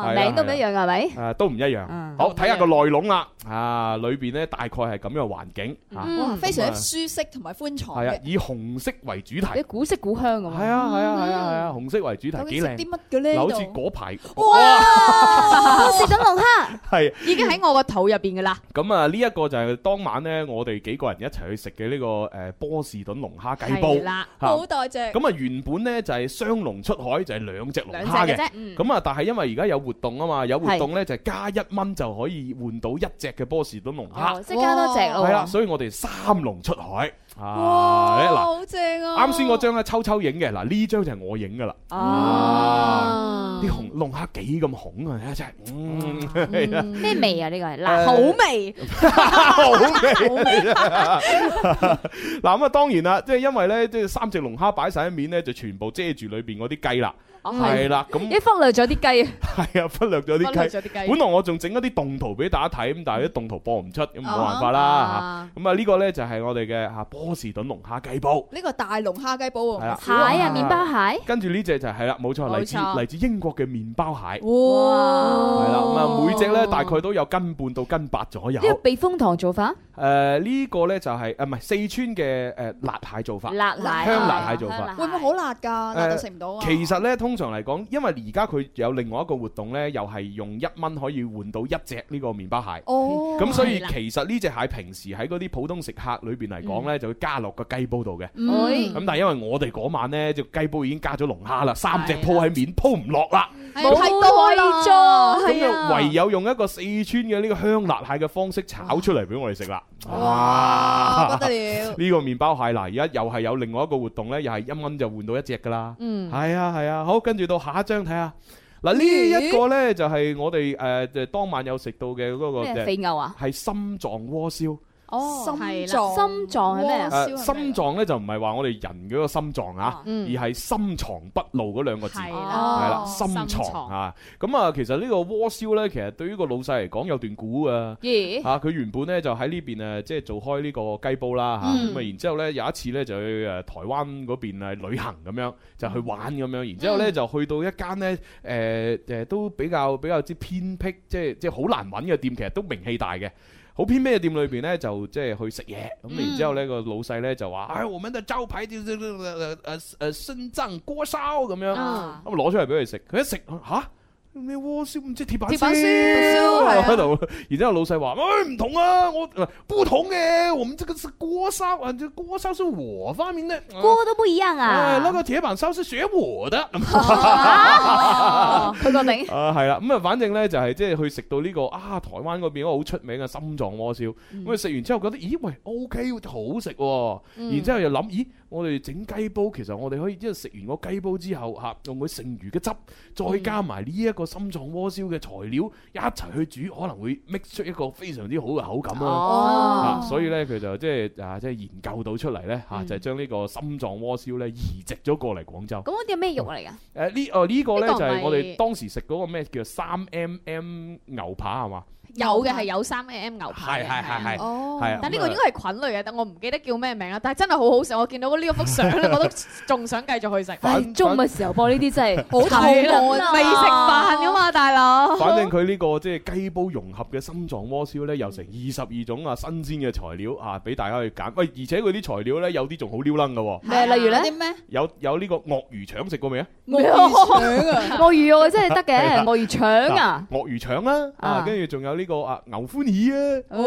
Speaker 2: 係啊
Speaker 1: 名都唔一樣係咪？
Speaker 2: 誒都唔一樣。
Speaker 1: 嗯
Speaker 2: 好睇下個內籠啦，啊裏邊咧大概係咁樣嘅環境
Speaker 3: 嗯哦
Speaker 2: 啊，
Speaker 3: 非常
Speaker 2: 咁
Speaker 3: 之
Speaker 2: 啊
Speaker 3: 舒適同埋寬敞
Speaker 2: 係啊
Speaker 3: 嘅，。
Speaker 2: 以紅色為主題。
Speaker 1: 你古色古香咁啊！係
Speaker 2: 啊係啊係啊係啊，紅色為主題
Speaker 1: 究竟
Speaker 2: 幾
Speaker 1: 食
Speaker 2: 靚。
Speaker 1: 啲乜嘅呢
Speaker 2: 嗱好
Speaker 1: 呢
Speaker 2: 似
Speaker 1: 度
Speaker 2: 嗰排
Speaker 7: 哇！
Speaker 1: 我食緊龍蝦，
Speaker 2: 係。
Speaker 7: 已經喺我個肚入邊噶啦。
Speaker 2: 咁啊，呢一個就係當晚呢，我哋幾個人一齊去食嘅呢個誒波士頓龍蝦雞煲
Speaker 7: 係啦
Speaker 2: 嚇
Speaker 7: 好大隻
Speaker 2: 咁啊，原本呢就係雙龍出海，就係兩隻龍
Speaker 7: 兩
Speaker 2: 蝦
Speaker 7: 隻
Speaker 2: 嘅
Speaker 7: 嘅啫嗯。
Speaker 2: 咁啊，但係因為而家有活動啊嘛，有活動呢就係加一蚊就可以換到一隻嘅波士頓龍蝦，
Speaker 1: 哦即係加多隻咯
Speaker 2: 係啦，所以我哋三龍出海啊！
Speaker 3: 哇，
Speaker 2: 嗱。
Speaker 3: 好正啊！
Speaker 2: 啱先嗰張咧秋秋影嘅，嗱呢張就係我影噶啦。啊啲紅龍蝦幾咁紅啊，真係，嗯，
Speaker 1: 咩味啊？呢個係
Speaker 2: 誒
Speaker 1: 辣
Speaker 7: 味，
Speaker 2: 好味啊。 嗱咁啊，當然啦，即係因為咧，即係三隻龍蝦擺晒喺面咧，就全部遮住裏邊嗰啲雞啦。係啦，咁
Speaker 1: 你忽略咗啲雞啊！
Speaker 2: 係啊，忽略咗
Speaker 1: 哦忽略咗
Speaker 2: 啲
Speaker 1: 啲
Speaker 2: 雞
Speaker 1: 雞。
Speaker 2: 本來我仲整一啲動圖俾大家睇，咁但係啲動圖播唔出，咁冇辦法啦
Speaker 3: 啊
Speaker 2: 嚇。咁啊，呢個咧就係我哋嘅嚇波士頓龍蝦雞煲。
Speaker 3: 呢個大龍蝦雞煲喎，
Speaker 2: 係啦
Speaker 3: 唔少
Speaker 2: 蟹啊麵包
Speaker 1: 蟹。
Speaker 2: 跟住呢只就係啦，冇錯，
Speaker 3: 冇錯
Speaker 2: 嚟自嚟自英國嘅麵包蟹。
Speaker 1: 哇
Speaker 2: 係啦，咁啊每隻咧大概都有斤半到斤八左右。
Speaker 1: 呢個避風塘做法，
Speaker 2: 誒呢個咧就係誒唔係四川嘅誒辣蟹做法，
Speaker 1: 辣蟹
Speaker 2: 香辣蟹做法。
Speaker 3: 會唔會好辣㗎？辣到食唔到啊！
Speaker 2: 其實咧，通常嚟講，因為而家佢有另外一個活動咧，又係用一蚊可以換到一隻呢個麵包蟹。
Speaker 3: 哦
Speaker 2: 咁所以
Speaker 3: 係啦
Speaker 2: 其實呢只蟹平時喺嗰啲普通食客裏邊嚟講咧，就會加落個雞煲度嘅。
Speaker 3: 嗯啊
Speaker 2: 咁但係因為我哋嗰晚咧，只雞煲已經加咗龍蝦啦，三隻鋪喺面鋪唔落啦。
Speaker 3: 係太多啦，
Speaker 2: 咁
Speaker 1: à.
Speaker 3: 啊
Speaker 2: 就唯有用一個四川嘅呢個香辣蟹嘅方式炒出嚟俾我哋食啦。
Speaker 3: 哦
Speaker 2: 哇
Speaker 3: 不 得了
Speaker 2: 呢個麵包蟹嗱，而家又係有另外一個活動呢，又係一蚊就換到一隻噶啦。
Speaker 3: 嗯
Speaker 2: 係啊係啊，好，跟住到下一張睇下。嗱呢一個呢，就係我哋誒就當晚有食到嘅嗰個
Speaker 1: 咩肥牛啊，
Speaker 2: 係心臟鍋燒。
Speaker 1: 哦，係
Speaker 3: 臟
Speaker 1: 啦心臟係咩啊？哦嗯
Speaker 2: 誒心臟咧就唔係話我哋人嗰個心臟啊，
Speaker 7: 嗯
Speaker 2: 而係深藏不露嗰兩個字，係啦，
Speaker 1: 哦
Speaker 2: 深藏啊。咁啊，其實呢個鍋燒咧，其實對於個老細嚟講有段古啊。
Speaker 1: 咦
Speaker 2: 嚇佢原本咧就喺呢邊誒，呃即係做開呢個雞煲啦嚇。
Speaker 1: 嗯
Speaker 2: 咁啊，然之後咧有一次咧就去誒台灣嗰邊誒旅行咁樣，就去玩咁樣。然之後咧
Speaker 1: 嗯
Speaker 2: 就去到一間咧誒誒都比較比較之偏僻，即係即係好難揾嘅店，其實都名氣大嘅。好偏咩店裏邊咧，就即係去食嘢，咁然之後咧個老細咧就話：，唉，我們的招牌就就呃誒誒誒誒腎臟鍋燒咁樣，
Speaker 4: 啊
Speaker 2: 咁攞出嚟俾佢食，佢一食嚇。咩鍋燒唔知鐵板
Speaker 7: 鐵板燒係啊
Speaker 2: 喺度，然之後老細話：，喂，唔同啊，我呃不同嘅，我們這個是鍋燒，啊，這鍋燒是我發明的，
Speaker 1: 锅都不一样
Speaker 2: 啊，那
Speaker 1: 啊！
Speaker 2: 個鐵板燒是學我的。
Speaker 1: Ờ. 佢個頂
Speaker 2: 啊，係啦，咁啊，反正咧就係即係去食到呢個啊，台灣嗰邊嗰個好出名嘅心臟鍋燒，咁啊食完之後覺得，咦喂，O K，好食喎，
Speaker 1: Ừ.
Speaker 15: 嗯
Speaker 2: 然之後又諗，咦，我哋整雞煲，其實我哋可以即係食完個雞煲之後嚇，用佢剩餘嘅汁，再加埋呢一個心臟鍋燒嘅材料一齊去煮，可能會 mix 出一個非常之好嘅口感咯。
Speaker 15: 哦
Speaker 2: 啊所以咧佢就即係啊，即係研究到出嚟咧嚇，
Speaker 1: 嗯
Speaker 2: 就係將呢個心臟鍋燒咧移植咗過嚟廣州。
Speaker 1: 咁嗰啲係咩肉嚟㗎？
Speaker 2: 誒呢哦呢個
Speaker 1: 嗯呢
Speaker 2: 咧
Speaker 1: 個
Speaker 2: 就係我哋
Speaker 1: 咪
Speaker 2: 當時食嗰個咩叫三 mm 牛扒係嘛？
Speaker 7: 有嘅係有三 mm 牛排嘅，
Speaker 2: 係係係係
Speaker 7: 哦
Speaker 2: 係啊
Speaker 7: 但呢
Speaker 2: 咁
Speaker 7: 個
Speaker 2: 啊
Speaker 7: 應該係菌類嘅，但我唔記得叫咩名啦。啊但係真係好好食，我見到呢個幅相 咧，我都仲想繼續去食。
Speaker 2: 反
Speaker 1: 中午嘅時候播呢啲真係
Speaker 7: 好肚餓啊，未食飯噶嘛，大
Speaker 1: 哦
Speaker 7: 佬。
Speaker 2: 反正佢呢個即係雞煲融合嘅心臟鍋燒咧，有
Speaker 1: 嗯
Speaker 2: 成二十二種啊新鮮嘅材料啊，俾大家去揀。喂，而且佢啲材料咧有啲仲好撩楞嘅喎，
Speaker 1: 咩？例如咧啲
Speaker 7: 咩？
Speaker 2: 有有呢個鱷魚腸食過未啊？
Speaker 1: 鱷魚腸啊！鱷魚我真係得嘅，鱷魚腸啊！！
Speaker 2: 鱷魚腸啦，啊
Speaker 1: 啊
Speaker 2: 跟住仲有呢個啊牛歡喜啊！
Speaker 1: Ừ.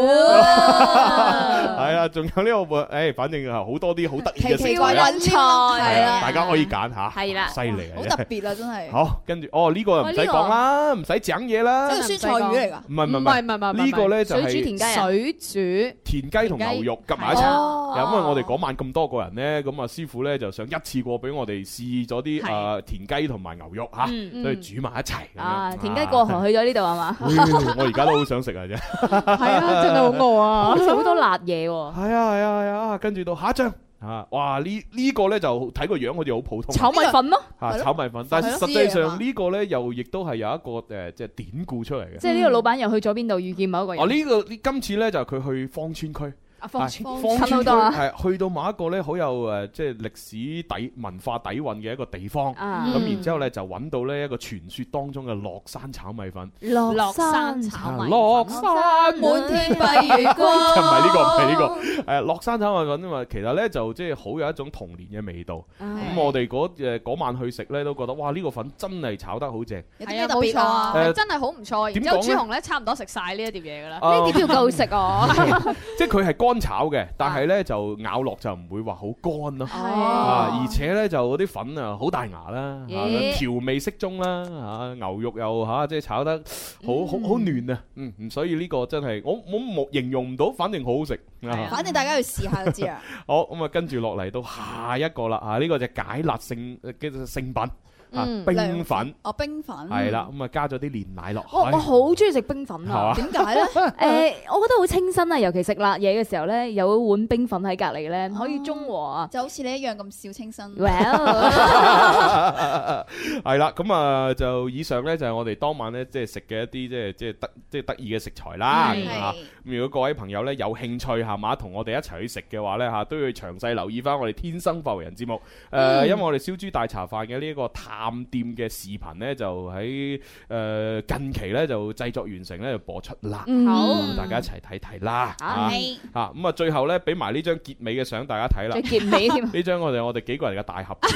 Speaker 2: 係啊，仲有呢個誒，反正係啊好多啲好得意嘅食
Speaker 3: 奇怪
Speaker 2: 材啊
Speaker 3: 滾菜係啦
Speaker 2: 啊大家
Speaker 1: Ừ,
Speaker 2: 可以揀下，
Speaker 3: 係啦
Speaker 2: 犀利啊，
Speaker 3: 好
Speaker 2: 真係
Speaker 3: 特別啦，真係。
Speaker 2: 好，跟住哦呢個又唔使講啦，唔使整嘢啦。
Speaker 3: 呢個酸菜魚嚟㗎
Speaker 2: 唔係唔係
Speaker 7: 唔係唔係唔係唔係
Speaker 2: 呢個咧就係
Speaker 7: 水煮田雞啊水煮
Speaker 2: 田雞同牛肉夾埋一齊。
Speaker 7: 哦
Speaker 2: 因為我哋嗰晚咁多個人咧，咁啊師傅咧就想一次過俾我哋試咗啲誒田雞同埋牛肉嚇，
Speaker 1: 嗯嗯
Speaker 2: 所以煮埋一齊咁樣。
Speaker 1: 啊，田雞過河去咗呢度係嘛？
Speaker 2: 唉我而家都好想食啊！啫，係
Speaker 1: 啊
Speaker 7: 真係好 餓啊
Speaker 1: 好似好多辣嘢喎。
Speaker 2: 係啊係啊係啊，跟住到下一張啊，哇！呢呢個咧就睇個樣好似好普通，
Speaker 1: 炒米粉咯，
Speaker 2: 嚇炒米粉，但係實際上呢個咧又亦都係有一個誒即係典故出嚟嘅，
Speaker 1: 即係呢個老闆又去咗邊度遇見某一個人。
Speaker 2: 哦，呢個呢今次咧就係佢去芳村區。
Speaker 1: 啊芳村
Speaker 2: 係
Speaker 1: 芳
Speaker 2: 芳村
Speaker 1: 村區啊
Speaker 2: 係去到某一個咧好有誒，即係歷史底文化底蘊嘅一個地方。
Speaker 1: 啊
Speaker 2: 咁
Speaker 1: 嗯
Speaker 2: 然之後咧就揾到呢一個傳說當中嘅樂山炒米粉。
Speaker 1: 落山
Speaker 2: 啊
Speaker 1: 炒米，
Speaker 2: 樂
Speaker 1: 山
Speaker 3: 滿天 蔽月光
Speaker 2: 唔係呢個，唔係呢個。誒，樂山炒米粉啊嘛，其實咧就即係好有一種童年嘅味道。
Speaker 3: 係
Speaker 2: 咁我哋嗰誒嗰晚去食咧，都覺得哇！呢個粉真係炒得好 正。
Speaker 7: 係啊，冇錯啊，
Speaker 2: 誒
Speaker 7: 係真係好唔錯。然
Speaker 2: 點
Speaker 7: 之後
Speaker 2: 講
Speaker 7: 朱
Speaker 2: 咧
Speaker 7: 紅咧，差唔多食晒呢一碟嘢㗎啦。
Speaker 2: 啊
Speaker 7: 啊！
Speaker 2: 即係佢係乾炒嘅，但係
Speaker 1: 啊
Speaker 2: 咧就咬落就唔會話好乾咯。
Speaker 7: 係哦
Speaker 2: 啊，而且咧就嗰啲粉啊好大牙啦，啊
Speaker 15: 咦
Speaker 2: 調味適中啦，嚇牛肉又嚇即係炒得好好好嫩啊，嗯，嗯所以呢個真係我我冇形容唔到，反正好好食。啊
Speaker 3: 反正大家去試下就 知啦。
Speaker 2: 好咁啊，跟住落嚟到下一個啦，啊呢個就解辣性嘅聖品啊
Speaker 3: 嗯
Speaker 2: 冰粉。
Speaker 3: 哦，冰粉
Speaker 2: 係啦，，咁啊加咗啲煉奶落去。
Speaker 1: 我我好中意食冰粉啊！
Speaker 2: 係嘛
Speaker 3: 點解咧？
Speaker 1: 誒，我覺得好清新啊，尤其食辣嘢嘅時候咧，有碗冰粉喺隔離咧，可以中和 啊。
Speaker 3: 就好似你一樣咁小清新。
Speaker 2: 係啦，咁啊就以上呢，就係我哋當晚呢，即係食嘅一啲即係即係得即係得意嘅食材啦。
Speaker 15: 係
Speaker 3: 嗯
Speaker 2: 咁啊咁如果各位朋友呢，有興趣係嘛，同我哋一齊去食嘅話呢，吓，都要詳細留意翻我哋天生發為人節目。誒，
Speaker 15: 嗯
Speaker 2: 因為我哋燒豬大茶飯嘅呢一個探店嘅視頻呢，就喺誒近期呢，就製作完成呢，就播出啦。
Speaker 15: 嗯好
Speaker 2: 咁大家一齊睇睇啦。
Speaker 15: 好
Speaker 2: 啊
Speaker 15: 係
Speaker 2: 啊咁啊，最後呢，俾埋呢張結尾嘅相大家睇啦。
Speaker 1: 最結 尾添
Speaker 2: 呢張我哋我哋幾個人嘅大合照。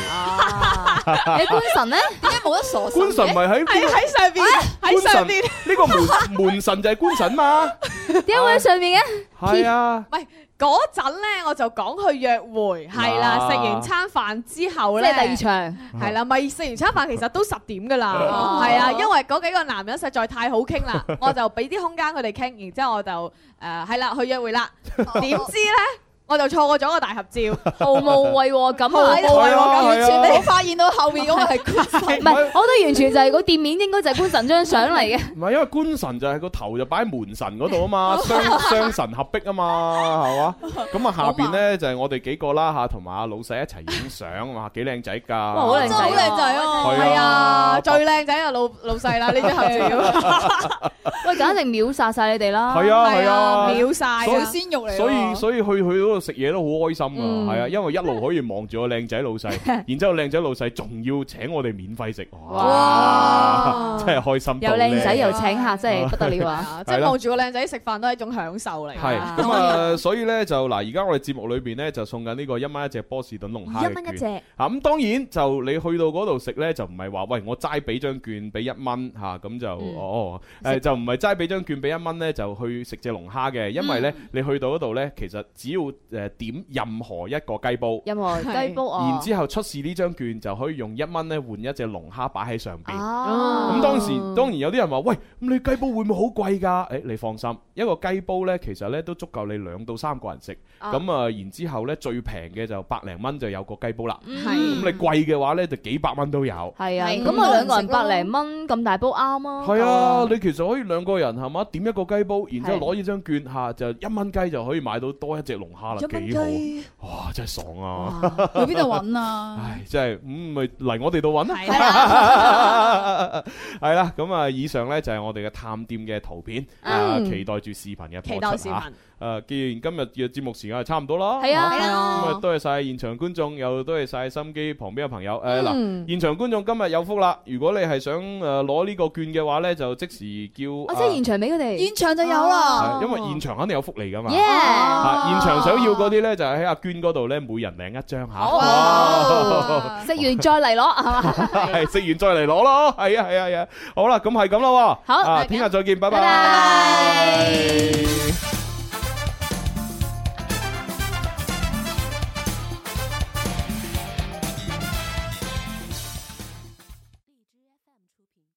Speaker 1: 你官神咧，
Speaker 3: 點解冇得傻
Speaker 2: 官神咪喺
Speaker 7: 喺喺上邊，喺上邊。
Speaker 2: 呢個門門神就係官神嘛。
Speaker 1: 點解會喺上面嘅？
Speaker 2: 係啊，
Speaker 7: 唔係嗰陣咧，我就講去約會，係啦，
Speaker 2: 啊
Speaker 7: 食完餐飯之後咧，
Speaker 1: 即係第二場，
Speaker 7: 係啦，咪食完餐飯其實都十點噶啦
Speaker 1: 哦，
Speaker 7: 係啊，因為嗰幾個男人實在太好傾啦， 我就俾啲空間佢哋傾，然之後我就誒係啦去約會啦，點知咧我就錯過咗個大合照，
Speaker 1: 毫無違和感啊
Speaker 7: 毫無違和感，
Speaker 1: 係啊係啊完全
Speaker 3: 冇發現到後面嗰個係官
Speaker 1: 唔係，我覺得完全就係個店面應該就係官神張相嚟嘅。
Speaker 2: 唔係因為官神就係個頭就擺喺門神嗰度啊嘛，雙雙神合璧啊嘛，係嘛？咁啊下邊咧就係我哋幾個啦嚇，同埋阿老細一齊影相，哇幾靚仔㗎！哇
Speaker 7: 好靚仔，好靚仔啊！係啊，最靚仔啊老老細啦呢張合 照，
Speaker 1: 喂，簡直秒殺晒你哋啦！
Speaker 2: 係啊係啊，
Speaker 7: 秒晒啊
Speaker 2: 所以
Speaker 7: 鮮肉嚟喎
Speaker 2: 所以所以去去嗰度食嘢都好開心
Speaker 1: 嗯
Speaker 2: 啊，係啊，因為一路可以望住個靚仔老細，然之後靚仔老細仲要請我哋免費食， 哇，真係開心
Speaker 1: 又
Speaker 2: 到呢
Speaker 1: 靚仔又請客，真係不得了 啊！
Speaker 7: 即係望住個靚仔食飯都係一種享受嚟㗎。
Speaker 2: 係咁啊，所以咧就嗱，而家我哋節目裏邊咧就送緊呢個一蚊一隻波士頓龍蝦嘅
Speaker 7: 一蚊一
Speaker 2: 券
Speaker 7: 隻
Speaker 2: 啊咁當然就你去到嗰度食咧，就唔係話喂我齋俾張券俾一蚊嚇，咁就
Speaker 15: 嗯
Speaker 2: 哦誒就唔係齋俾張券俾一蚊咧，就去食只龍蝦嘅，因為咧你去到嗰度咧，其實只要誒點任何一個雞煲。
Speaker 1: 任何雞煲哦，
Speaker 2: 然之後出示呢張券就可以用一蚊咧換一隻龍蝦擺喺上
Speaker 15: 啊
Speaker 2: 邊。
Speaker 1: 哦
Speaker 2: 咁當時當然有啲人話：喂，咁你雞煲會唔會好貴㗎？誒、你放心，一個雞煲呢，其實呢都足夠你兩到三個人食。
Speaker 15: 啊
Speaker 2: 咁啊，然之後呢，最平嘅就百零蚊就有個雞煲啦。
Speaker 1: 嗯
Speaker 2: 咁你貴嘅話呢，就幾百蚊都有。
Speaker 1: 係啊，
Speaker 7: 係
Speaker 1: 咁
Speaker 7: 咁
Speaker 1: 啊兩個
Speaker 7: 食
Speaker 1: 人
Speaker 7: 咯
Speaker 1: 百零蚊咁大煲啱啊！
Speaker 2: 係啊，你其實可以兩個人係嘛點一個雞煲，然之後攞呢張券嚇就一蚊雞就可以買到多一隻龍蝦啦，
Speaker 3: 一蚊
Speaker 2: 幾好！哇，真係爽啊！
Speaker 3: 去邊度揾啊？
Speaker 2: 唉真係嗯咁咪嚟我哋度揾
Speaker 3: 係啦
Speaker 2: 啦， 係啦，咁啊，以上呢就係我哋嘅探店嘅圖片，啊，
Speaker 1: 嗯
Speaker 2: 期待住視頻嘅
Speaker 1: 期
Speaker 2: 播
Speaker 1: 待
Speaker 2: 出
Speaker 1: 視
Speaker 2: 嚇
Speaker 1: 頻。
Speaker 2: 誒，既然今日嘅節目時間係差唔多啦，
Speaker 1: 係啊
Speaker 2: 嚇
Speaker 1: 係啊
Speaker 2: 咁啊，多謝晒現場觀眾，又多謝晒心機旁邊嘅朋友。誒
Speaker 1: 嗯
Speaker 2: 嗱，現場觀眾今日有福啦！如果你係想誒攞呢個券嘅話呢，就即時叫
Speaker 1: 哦我即係現場俾佢哋，現場就有
Speaker 2: 係因為現場肯定有福利噶嘛。
Speaker 1: Yeah
Speaker 2: 啊現場想要嗰啲呢，就喺阿娟嗰度呢，每人領一張嚇。哇
Speaker 1: 食完再嚟攞係嘛？
Speaker 2: 係食完再嚟攞咯，係啊係啊係啊，好啦，咁係咁啦喎，
Speaker 1: 好
Speaker 2: 啊
Speaker 1: 係咁
Speaker 2: 聽日再見，拜拜。